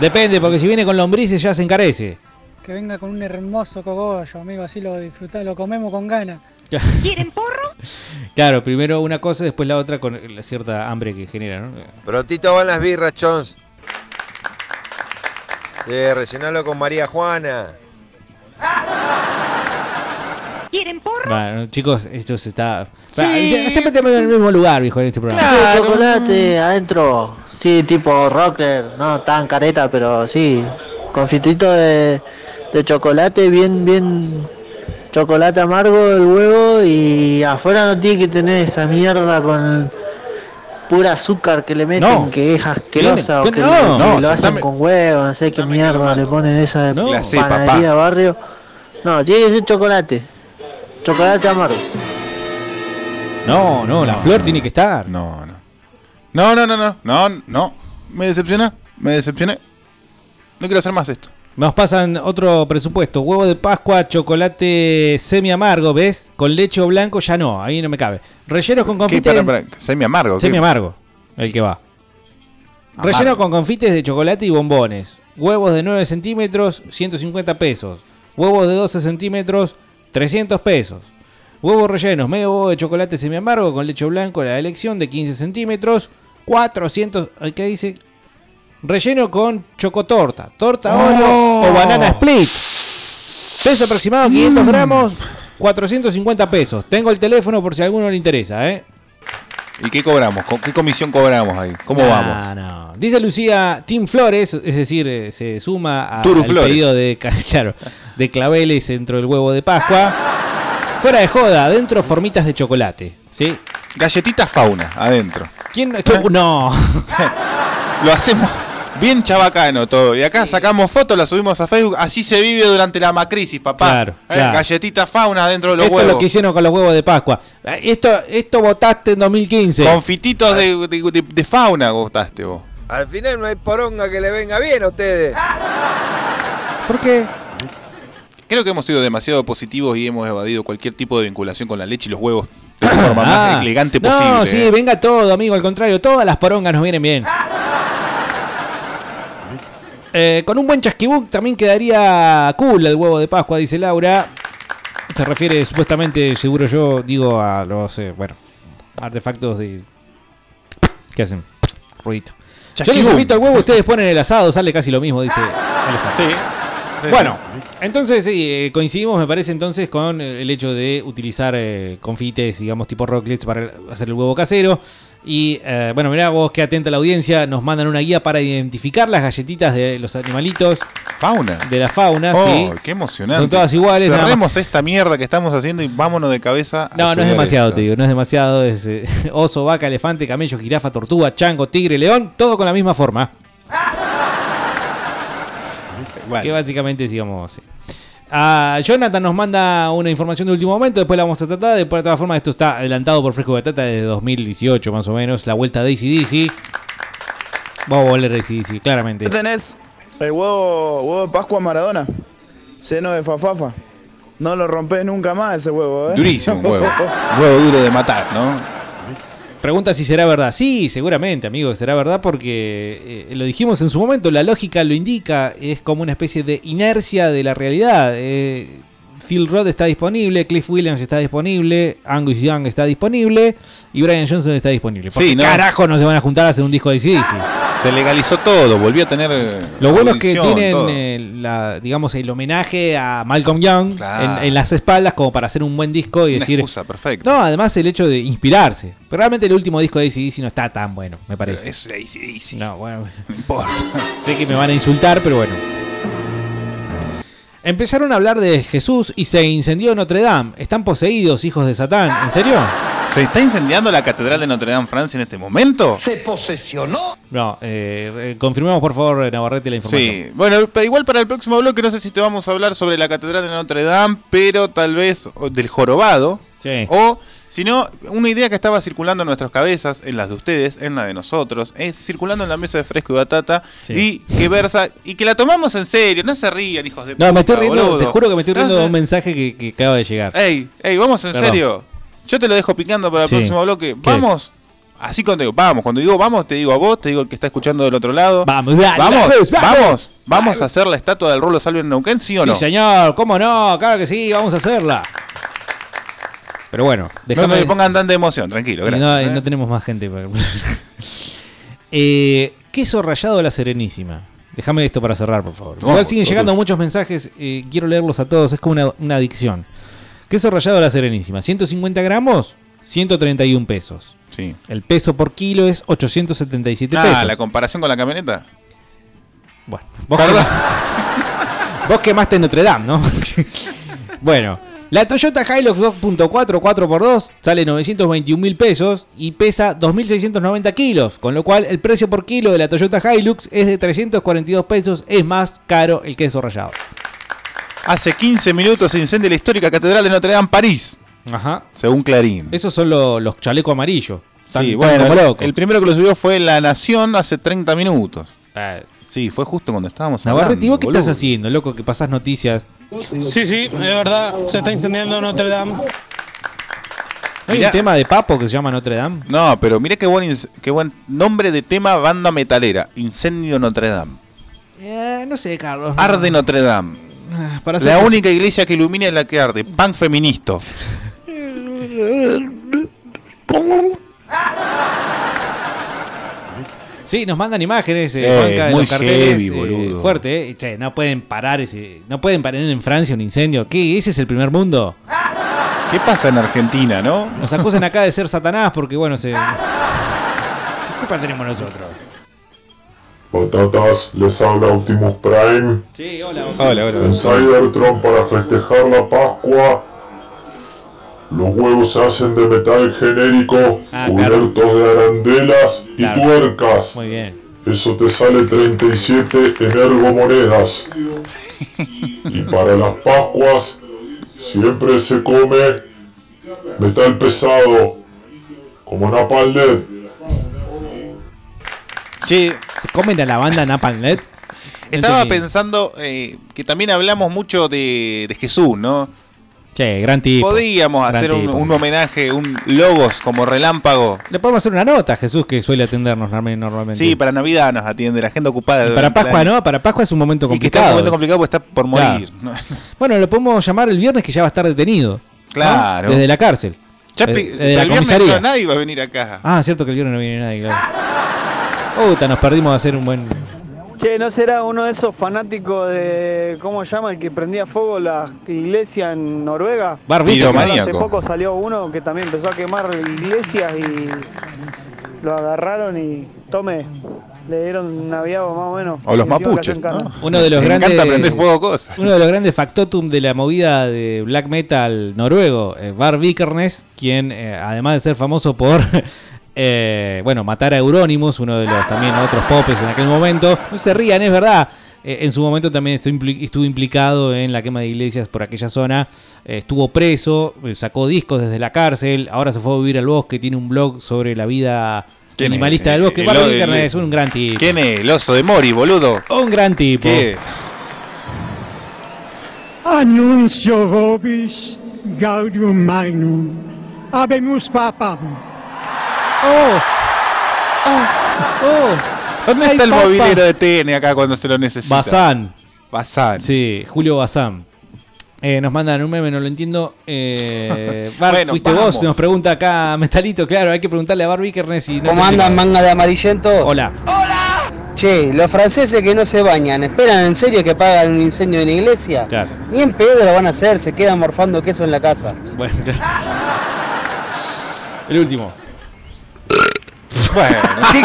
S5: Depende, porque si viene con lombrices ya se encarece.
S15: Que venga con un hermoso cogollo, amigo, así lo disfrutamos, lo comemos con ganas.
S5: ¿Quieren porro? Claro, primero una cosa, después la otra con la cierta hambre que genera, ¿no?
S11: Prontito van las birras, Chons. Eh, rellenalo con María Juana.
S5: ¿Quieren porro? Bueno, chicos, esto se está... Va, ya- Siempre te meto en el mismo lugar, viejo, en este programa.
S6: Quiero chocolate adentro. Sí, tipo rocker, no tan careta, pero sí. Confitito de, de chocolate, bien, bien. Chocolate amargo, el huevo y afuera no tiene que tener esa mierda con pura azúcar que le meten,
S5: No.
S6: que es asquerosa o
S5: Tiene-
S6: que,
S5: no,
S6: lo- que
S5: no,
S6: lo
S5: se
S6: hacen
S5: está-
S6: con huevo, no sé qué mierda le ponen esa de
S5: No. Glacé, papá.
S6: panadería barrio. No, tiene que ser chocolate. Chocolate amargo.
S5: No, no, la flor tiene que estar.
S9: No, no. No, no, no, no, no, no. Me decepciona, me decepcioné. No quiero hacer más esto.
S5: Nos pasan otro presupuesto. Huevo de Pascua, chocolate semi amargo, ¿ves? Con leche o blanco ya no, ahí no me cabe. Rellenos con
S9: ¿Qué?
S5: confites.
S9: Pará, pará, Semi amargo. ¿qué?
S5: Semi amargo, el que va. Relleno con confites de chocolate y bombones. Huevos de 9 centímetros, 150 pesos. Huevos de 12 centímetros, 300 pesos. Huevos rellenos, medio huevo de chocolate semi amargo con leche blanco, la elección de 15 centímetros, 400. ay, ¿Qué dice? Relleno con chocotorta, torta
S9: Oh.
S5: Oreo o banana split. Peso aproximado
S9: Mm.
S5: 500 gramos, 450 pesos. Tengo el teléfono por si a alguno le interesa, ¿eh?
S9: ¿Y qué cobramos? ¿Con ¿Qué comisión cobramos ahí? ¿Cómo
S5: Nah,
S9: vamos?
S5: no. Dice Lucía Tim Flores, es decir, eh, se suma a-
S9: Turu
S5: al
S9: Flores.
S5: pedido de, ca- claro, de claveles dentro del huevo de Pascua. Fuera de joda, adentro formitas de chocolate. ¿sí?
S9: Galletitas fauna, adentro. ¿Eh?
S5: ¿Quién no estuvo- No.
S9: Lo hacemos bien chabacano todo. Y acá sacamos fotos, las subimos a Facebook. Así se vive durante la macrisis, papá.
S5: Claro,
S9: Eh,
S5: claro.
S9: Galletitas fauna adentro de los
S5: Esto es
S9: huevos.
S5: lo que hicieron con los huevos de Pascua. Eh, Esto, esto votaste en 2015. Ah.
S9: Confititos de, de- de- de fauna gustaste vos.
S11: Al final no hay poronga que le venga bien a ustedes.
S5: ¿Por qué?
S9: Creo que hemos sido demasiado positivos y hemos evadido cualquier tipo de vinculación con la leche y los huevos de la forma más elegante
S5: Ah. no,
S9: posible.
S5: sí,
S9: eh.
S5: venga todo, amigo. Al contrario, todas las porongas nos vienen bien. Eh, con un buen chasquibuc también quedaría cool el huevo de Pascua, dice Laura. Se refiere supuestamente, seguro yo, digo a los, eh, bueno, artefactos de... ¿Qué hacen? Ruidito. Yo les
S9: Chasquibum.
S5: invito al huevo, ustedes ponen el asado, sale casi lo mismo, dice Alejandro. Bueno, entonces sí, eh, coincidimos, me parece, entonces con eh, el hecho de utilizar eh, confites, digamos, tipo rocklets para el- hacer el huevo casero. Y eh, bueno, mirá vos, que atenta la audiencia, nos mandan una guía para identificar las galletitas de los animalitos.
S9: Fauna.
S5: De la fauna,
S9: Oh,
S5: sí.
S9: qué emocionante.
S5: Son todas iguales. nada más.
S9: Cerremos esta mierda que estamos haciendo y vámonos de cabeza. a
S5: No, no es
S9: estudiar
S5: demasiado,
S9: esto.
S5: te digo, no es demasiado. Es eh, oso, vaca, elefante, camello, jirafa, tortuga, chango, tigre, león, todo con la misma forma. Que básicamente es, digamos, sí. Ah, Jonathan nos manda una información de último momento, después la vamos a tratar. De todas formas, esto está adelantado por Fresco Batata desde 2018, más o menos. La vuelta de ACDC. Vamos a volver a ACDC, claramente.
S8: ¿Qué tenés? El huevo, huevo de Pascua Maradona, lleno de fafafa. No lo rompés nunca más ese huevo, ¿eh?
S9: Durísimo un huevo. Un huevo duro de matar, ¿no?
S5: Pregunta si será verdad. Sí, seguramente, amigo, será verdad porque eh, lo dijimos en su momento, la lógica lo indica, es como una especie de inercia de la realidad. Eh, Phil Roth está disponible, Cliff Williams está disponible, Angus Young está disponible y Brian Johnson está disponible. ¿Por
S9: Sí,
S5: qué
S9: ¿no?
S5: carajo no se van a juntar a hacer un disco de ACDC?
S9: Se legalizó todo, volvió a tener. eh,
S5: Lo bueno es que
S9: audición,
S5: tienen,
S9: todo.
S5: eh, la, digamos, el homenaje a Malcolm Young
S9: Claro.
S5: en, en las espaldas como para hacer un buen disco y
S9: Una
S5: decir...
S9: excusa, perfecto.
S5: No, además el hecho de inspirarse. Pero realmente el último disco de ACDC no está tan bueno, me parece.
S9: Es AC/DC.
S5: No, bueno.
S9: No importa.
S5: Sé que me van a insultar, pero bueno. Empezaron a hablar de Jesús y se incendió Notre Dame. Están poseídos, hijos de Satán. ¿En serio?
S9: ¿Se está incendiando la Catedral de Notre Dame, Francia, en este momento?
S2: Se posesionó.
S5: No, eh, eh, confirmemos por favor, eh, Navarrete, la información.
S9: Sí, bueno, pero igual para el próximo bloque no sé si te vamos a hablar sobre la Catedral de Notre Dame, pero tal vez o del jorobado.
S5: Sí.
S9: O, si no, una idea que estaba circulando en nuestras cabezas, en las de ustedes, en la de nosotros, es circulando en la mesa de fresco y batata y que versa, y que la tomamos en serio, no se rían, hijos de
S5: No, me estoy
S9: puta,
S5: riendo,
S9: Ah, boludo.
S5: te juro que me estoy riendo
S9: No,
S5: de un mensaje que, que acaba de llegar.
S9: Ey, ey, vamos en
S5: Perdón.
S9: serio. Yo te lo dejo picando para el
S5: Sí.
S9: próximo bloque. Vamos. Así cuando digo, vamos, cuando digo vamos, te digo a vos, te digo el que está escuchando del otro lado. Vamos,
S5: dale,
S9: vamos,
S5: vamos,
S9: vamos, a hacer la estatua del Rulo Salvio en Neuquén, ¿sí o no?
S5: Sí, señor, cómo no, claro que sí, vamos a hacerla. Pero bueno,
S9: No
S5: déjame-
S9: me pongan tanta emoción, tranquilo,
S5: Y
S9: gracias. eh.
S5: No, y no tenemos más gente. para- Eh, queso rallado a la Serenísima. Déjame esto para cerrar, por favor. Igual
S9: Vamos,
S5: siguen
S9: Rodolfo.
S5: llegando muchos mensajes. eh, quiero leerlos a todos. Es como una, una adicción. Queso rallado a la Serenísima. 150 gramos, 131 pesos. El peso por kilo es 877
S9: Ah,
S5: pesos.
S9: la comparación con la camioneta.
S5: Bueno, vos, vos quemaste Notre Dame, ¿no? bueno, la Toyota Hilux 2.4 4x2 sale 921 mil pesos y pesa 2.690 kilos, con lo cual el precio por kilo de la Toyota Hilux es de 342 pesos, es más caro el queso rallado.
S9: Hace 15 minutos se incendia la histórica Catedral de Notre Dame, París.
S5: Ajá.
S9: Según Clarín.
S5: Esos son lo- los chalecos amarillos. Tan-
S9: Sí,
S5: tan
S9: bueno,
S5: como
S9: el-
S5: locos.
S9: el primero que lo subió fue La Nación hace 30 minutos. Sí, fue justo cuando estábamos
S5: Eh. Navarrete, ¿y
S9: hablando.
S5: vos qué
S9: boludo.
S5: estás haciendo, loco? Que pasás noticias.
S23: Sí, sí, es verdad, se está incendiando Notre Dame.
S5: ¿No hay
S9: Mirá.
S5: un tema de Papo que se llama Notre Dame?
S9: No, pero mirá qué buen, ins- qué buen nombre de tema banda metalera. Incendio Notre Dame.
S5: Eh, no sé, Carlos.
S9: Arde Notre Dame.
S5: Ah. Para
S9: la
S5: hacer-
S9: única iglesia que ilumina es la que arde. Punk feministas.
S5: Sí, nos mandan imágenes, eh,
S9: Eh,
S5: Juanca, de
S9: muy
S5: los carteles.
S9: heavy,
S5: eh,
S9: boludo.
S5: fuerte, eh. Che, no pueden parar ese. No pueden parar en Francia un incendio. ¿Qué? ¿Ese es el primer mundo?
S9: ¿Qué pasa en Argentina, no?
S5: Nos acusan acá de ser Satanás porque, bueno, se. ¿Qué culpa tenemos nosotros?
S12: Patatas, les habla Optimus Prime.
S5: Sí, hola.
S9: Hola, hola.
S12: En Cybertron para festejar la Pascua. Los huevos se hacen de metal genérico,
S5: Ah,
S12: cubiertos de arandelas y
S5: Claro.
S12: tuercas.
S5: Muy bien.
S12: Eso te sale 37 energomonedas. Y para las Pascuas siempre se come metal pesado, como Napalm Death.
S9: Che,
S5: ¿Se comen a la banda Napalm Death?
S9: Estaba
S5: pensando.
S9: pensando eh, que también hablamos mucho de, de Jesús, ¿no?
S5: Che, gran tipo.
S9: Podríamos
S5: Gran
S9: hacer un,
S5: tipo.
S9: un homenaje, un logos como relámpago.
S5: Le podemos hacer una nota a Jesús que suele atendernos norm- normalmente.
S9: Sí, para Navidad nos atiende la agenda ocupada.
S5: Y
S9: del
S5: para Pascua
S9: plan.
S5: no, para Pascua es un momento
S9: Y que está en un momento complicado
S5: complicado.
S9: porque está por
S5: Claro. Eh,
S9: morir. ¿no?
S5: Bueno, lo podemos llamar el viernes que ya va a estar detenido. ¿no?
S9: Claro.
S5: Desde la cárcel.
S9: Ya
S5: Desde-
S9: pi-
S5: desde
S9: pero
S5: eh, la
S9: el viernes
S5: comisaría.
S9: no, nadie va a venir acá.
S5: Ah, cierto que el viernes no viene nadie, claro. Puta, nos perdimos de hacer un buen.
S1: Che, ¿no será uno de esos fanáticos de. ¿Cómo se llama? El que prendía fuego la iglesia en Noruega.
S5: Bar
S1: Ahora Hace
S5: Piromaníaco.
S1: poco salió uno que también empezó a quemar iglesias y lo agarraron y tome, le dieron naviado más o menos.
S9: O los
S1: Y encima
S9: mapuches,
S1: cayó en cana.
S5: Uno de los
S9: Me
S5: grandes.
S9: encanta prender fuego cosas.
S5: Uno de los grandes factotum de la movida de black metal noruego, eh, Bar Vikernes, quien, eh, además de ser famoso por. eh, bueno, matar a Euronymous, uno de los también otros popes en aquel momento. No se rían, es verdad. Eh, en su momento también estu- impli- estuvo implicado en la quema de iglesias por aquella zona. Eh, estuvo preso, eh, sacó discos desde la cárcel. Ahora se fue a vivir al bosque. Tiene un blog sobre la vida
S9: ¿Quién es? Eh,
S5: minimalista del bosque.
S9: El-
S5: Bar
S9: el-
S5: Vikernes es un gran tipo. Oh,
S9: ¿Quién es? El oso de Mori, boludo.
S5: Un gran tipo.
S9: ¿Qué?
S17: Annuncio vobis gaudium magnum. Habemus papam.
S5: Oh. Oh.
S9: ¿Dónde está el movilero de TN acá cuando se lo necesita?
S5: Bazán.
S9: Bazán.
S5: Sí, Julio Bazán. Eh, nos mandan un meme, no lo entiendo. Eh, Bar,
S24: Bueno,
S5: fuiste
S24: vamos.
S5: vos, nos pregunta acá Metalito. Claro, hay que preguntarle a Bar Vikernes si no
S24: ¿Cómo
S5: te-
S24: andan manga de amarillentos?
S5: Hola.
S24: Che, los franceses que no se bañan, ¿esperan en serio que pagan un incendio en la iglesia?
S5: Claro.
S24: Ni en pedo lo van a hacer, se quedan morfando queso en la casa.
S5: Bueno, claro. El último.
S9: Bueno, ¿qué-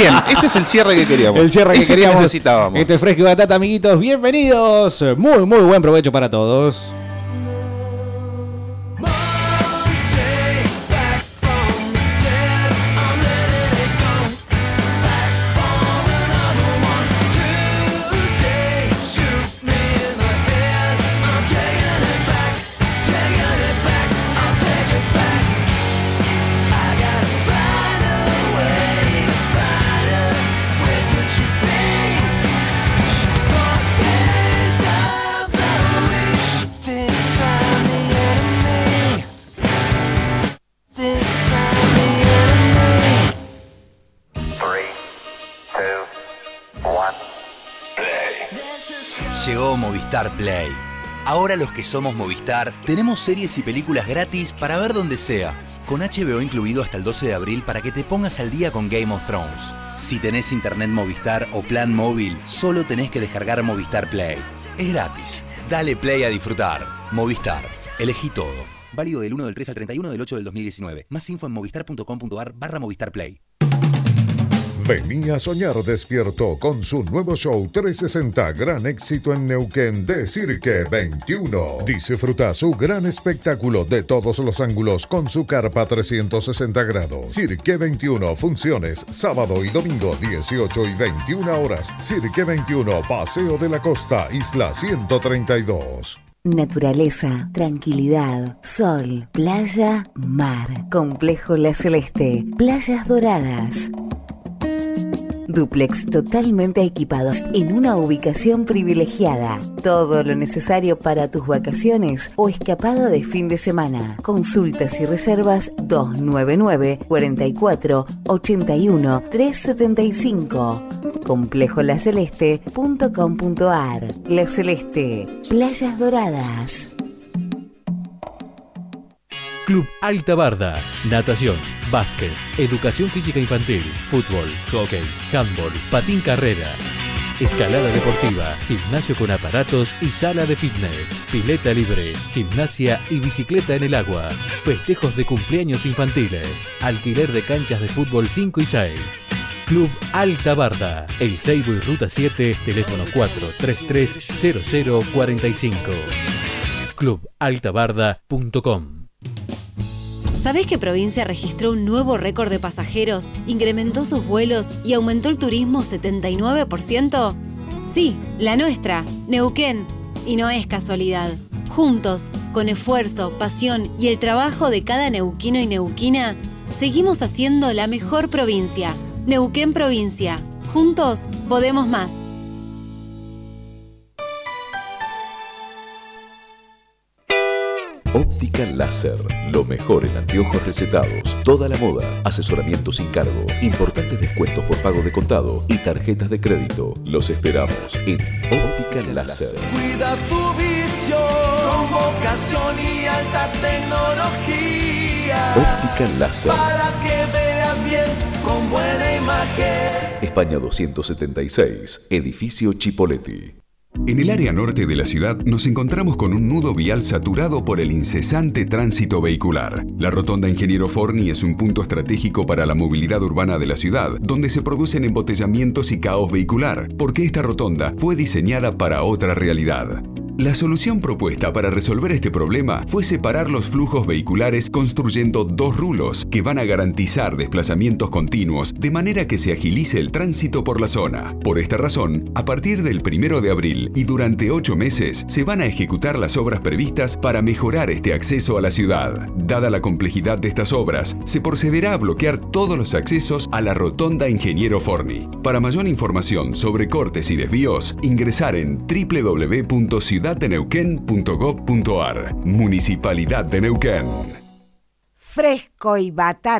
S9: bien, este es el cierre que queríamos.
S5: El cierre que
S9: Ese
S5: queríamos.
S9: necesitábamos.
S5: Este es Fresco y Batata, amiguitos. Bienvenidos. Muy, muy buen provecho para todos.
S4: This
S10: Movistar Play. Ahora los que somos Movistar tenemos series y películas gratis para ver donde sea, con HBO incluido hasta el 12 de abril para que te pongas al día con Game of Thrones. Si tenés internet Movistar o plan móvil, solo tenés que descargar Movistar Play. Es gratis. Dale play a disfrutar. Movistar. Elegí todo. Válido del 1 del 3 al 31 del 8 del 2019. Más info en movistar.com.ar barra Movistar Play.
S18: Venía a soñar despierto con su nuevo show 360 Gran Éxito en Neuquén de Cirque 21. Disfruta su gran espectáculo de todos los ángulos con su carpa 360 grados. Cirque 21 funciones sábado y domingo 18 y 21 horas. Cirque 21 Paseo de la Costa Isla 132.
S20: Naturaleza, tranquilidad, sol, playa, mar. Complejo La Celeste, playas doradas. Duplex totalmente equipados en una ubicación privilegiada. Todo lo necesario para tus vacaciones o escapada de fin de semana. Consultas y reservas 299 44 81 375. Complejolaceleste.com.ar La Celeste, Playas Doradas.
S25: Club Alta Barda. Natación, básquet, educación física infantil, fútbol, hockey, handball, patín carrera. Escalada deportiva, gimnasio con aparatos y sala de fitness, pileta libre, gimnasia y bicicleta en el agua, festejos de cumpleaños infantiles, alquiler de canchas de fútbol 5 y 6. Club Alta Barda, El Seibo y Ruta 7, teléfono 433-0045. Clubaltabarda.com
S26: ¿Sabés que provincia registró un nuevo récord de pasajeros, incrementó sus vuelos y aumentó el turismo 79%? Sí, la nuestra, Neuquén. Y no es casualidad. Juntos, con esfuerzo, pasión y el trabajo de cada neuquino y neuquina, seguimos haciendo la mejor provincia. Neuquén Provincia. Juntos, podemos más.
S27: Óptica Láser, lo mejor en anteojos recetados, toda la moda, asesoramiento sin cargo, importantes descuentos por pago de contado y tarjetas de crédito. Los esperamos en Óptica Láser.
S28: Cuida tu visión con vocación y alta tecnología.
S27: Óptica Láser,
S28: Para que veas bien con buena imagen.
S27: España 276, edificio Chipoletti.
S29: En el área norte de la ciudad nos encontramos con un nudo vial saturado por el incesante tránsito vehicular. La rotonda Ingeniero Forni es un punto estratégico para la movilidad urbana de la ciudad, donde se producen embotellamientos y caos vehicular, porque esta rotonda fue diseñada para otra realidad. La solución propuesta para resolver este problema fue separar los flujos vehiculares construyendo dos rulos que van a garantizar desplazamientos continuos de manera que se agilice el tránsito por la zona. Por esta razón, a partir del 1 de abril y durante ocho meses se van a ejecutar las obras previstas para mejorar este acceso a la ciudad. Dada la complejidad de estas obras, se procederá a bloquear todos los accesos a la rotonda Ingeniero Forni. Para mayor información sobre cortes y desvíos, ingresar en www.ciudaddeneuquén.gov.ar Municipalidad de Neuquén.
S28: Fresco y batata.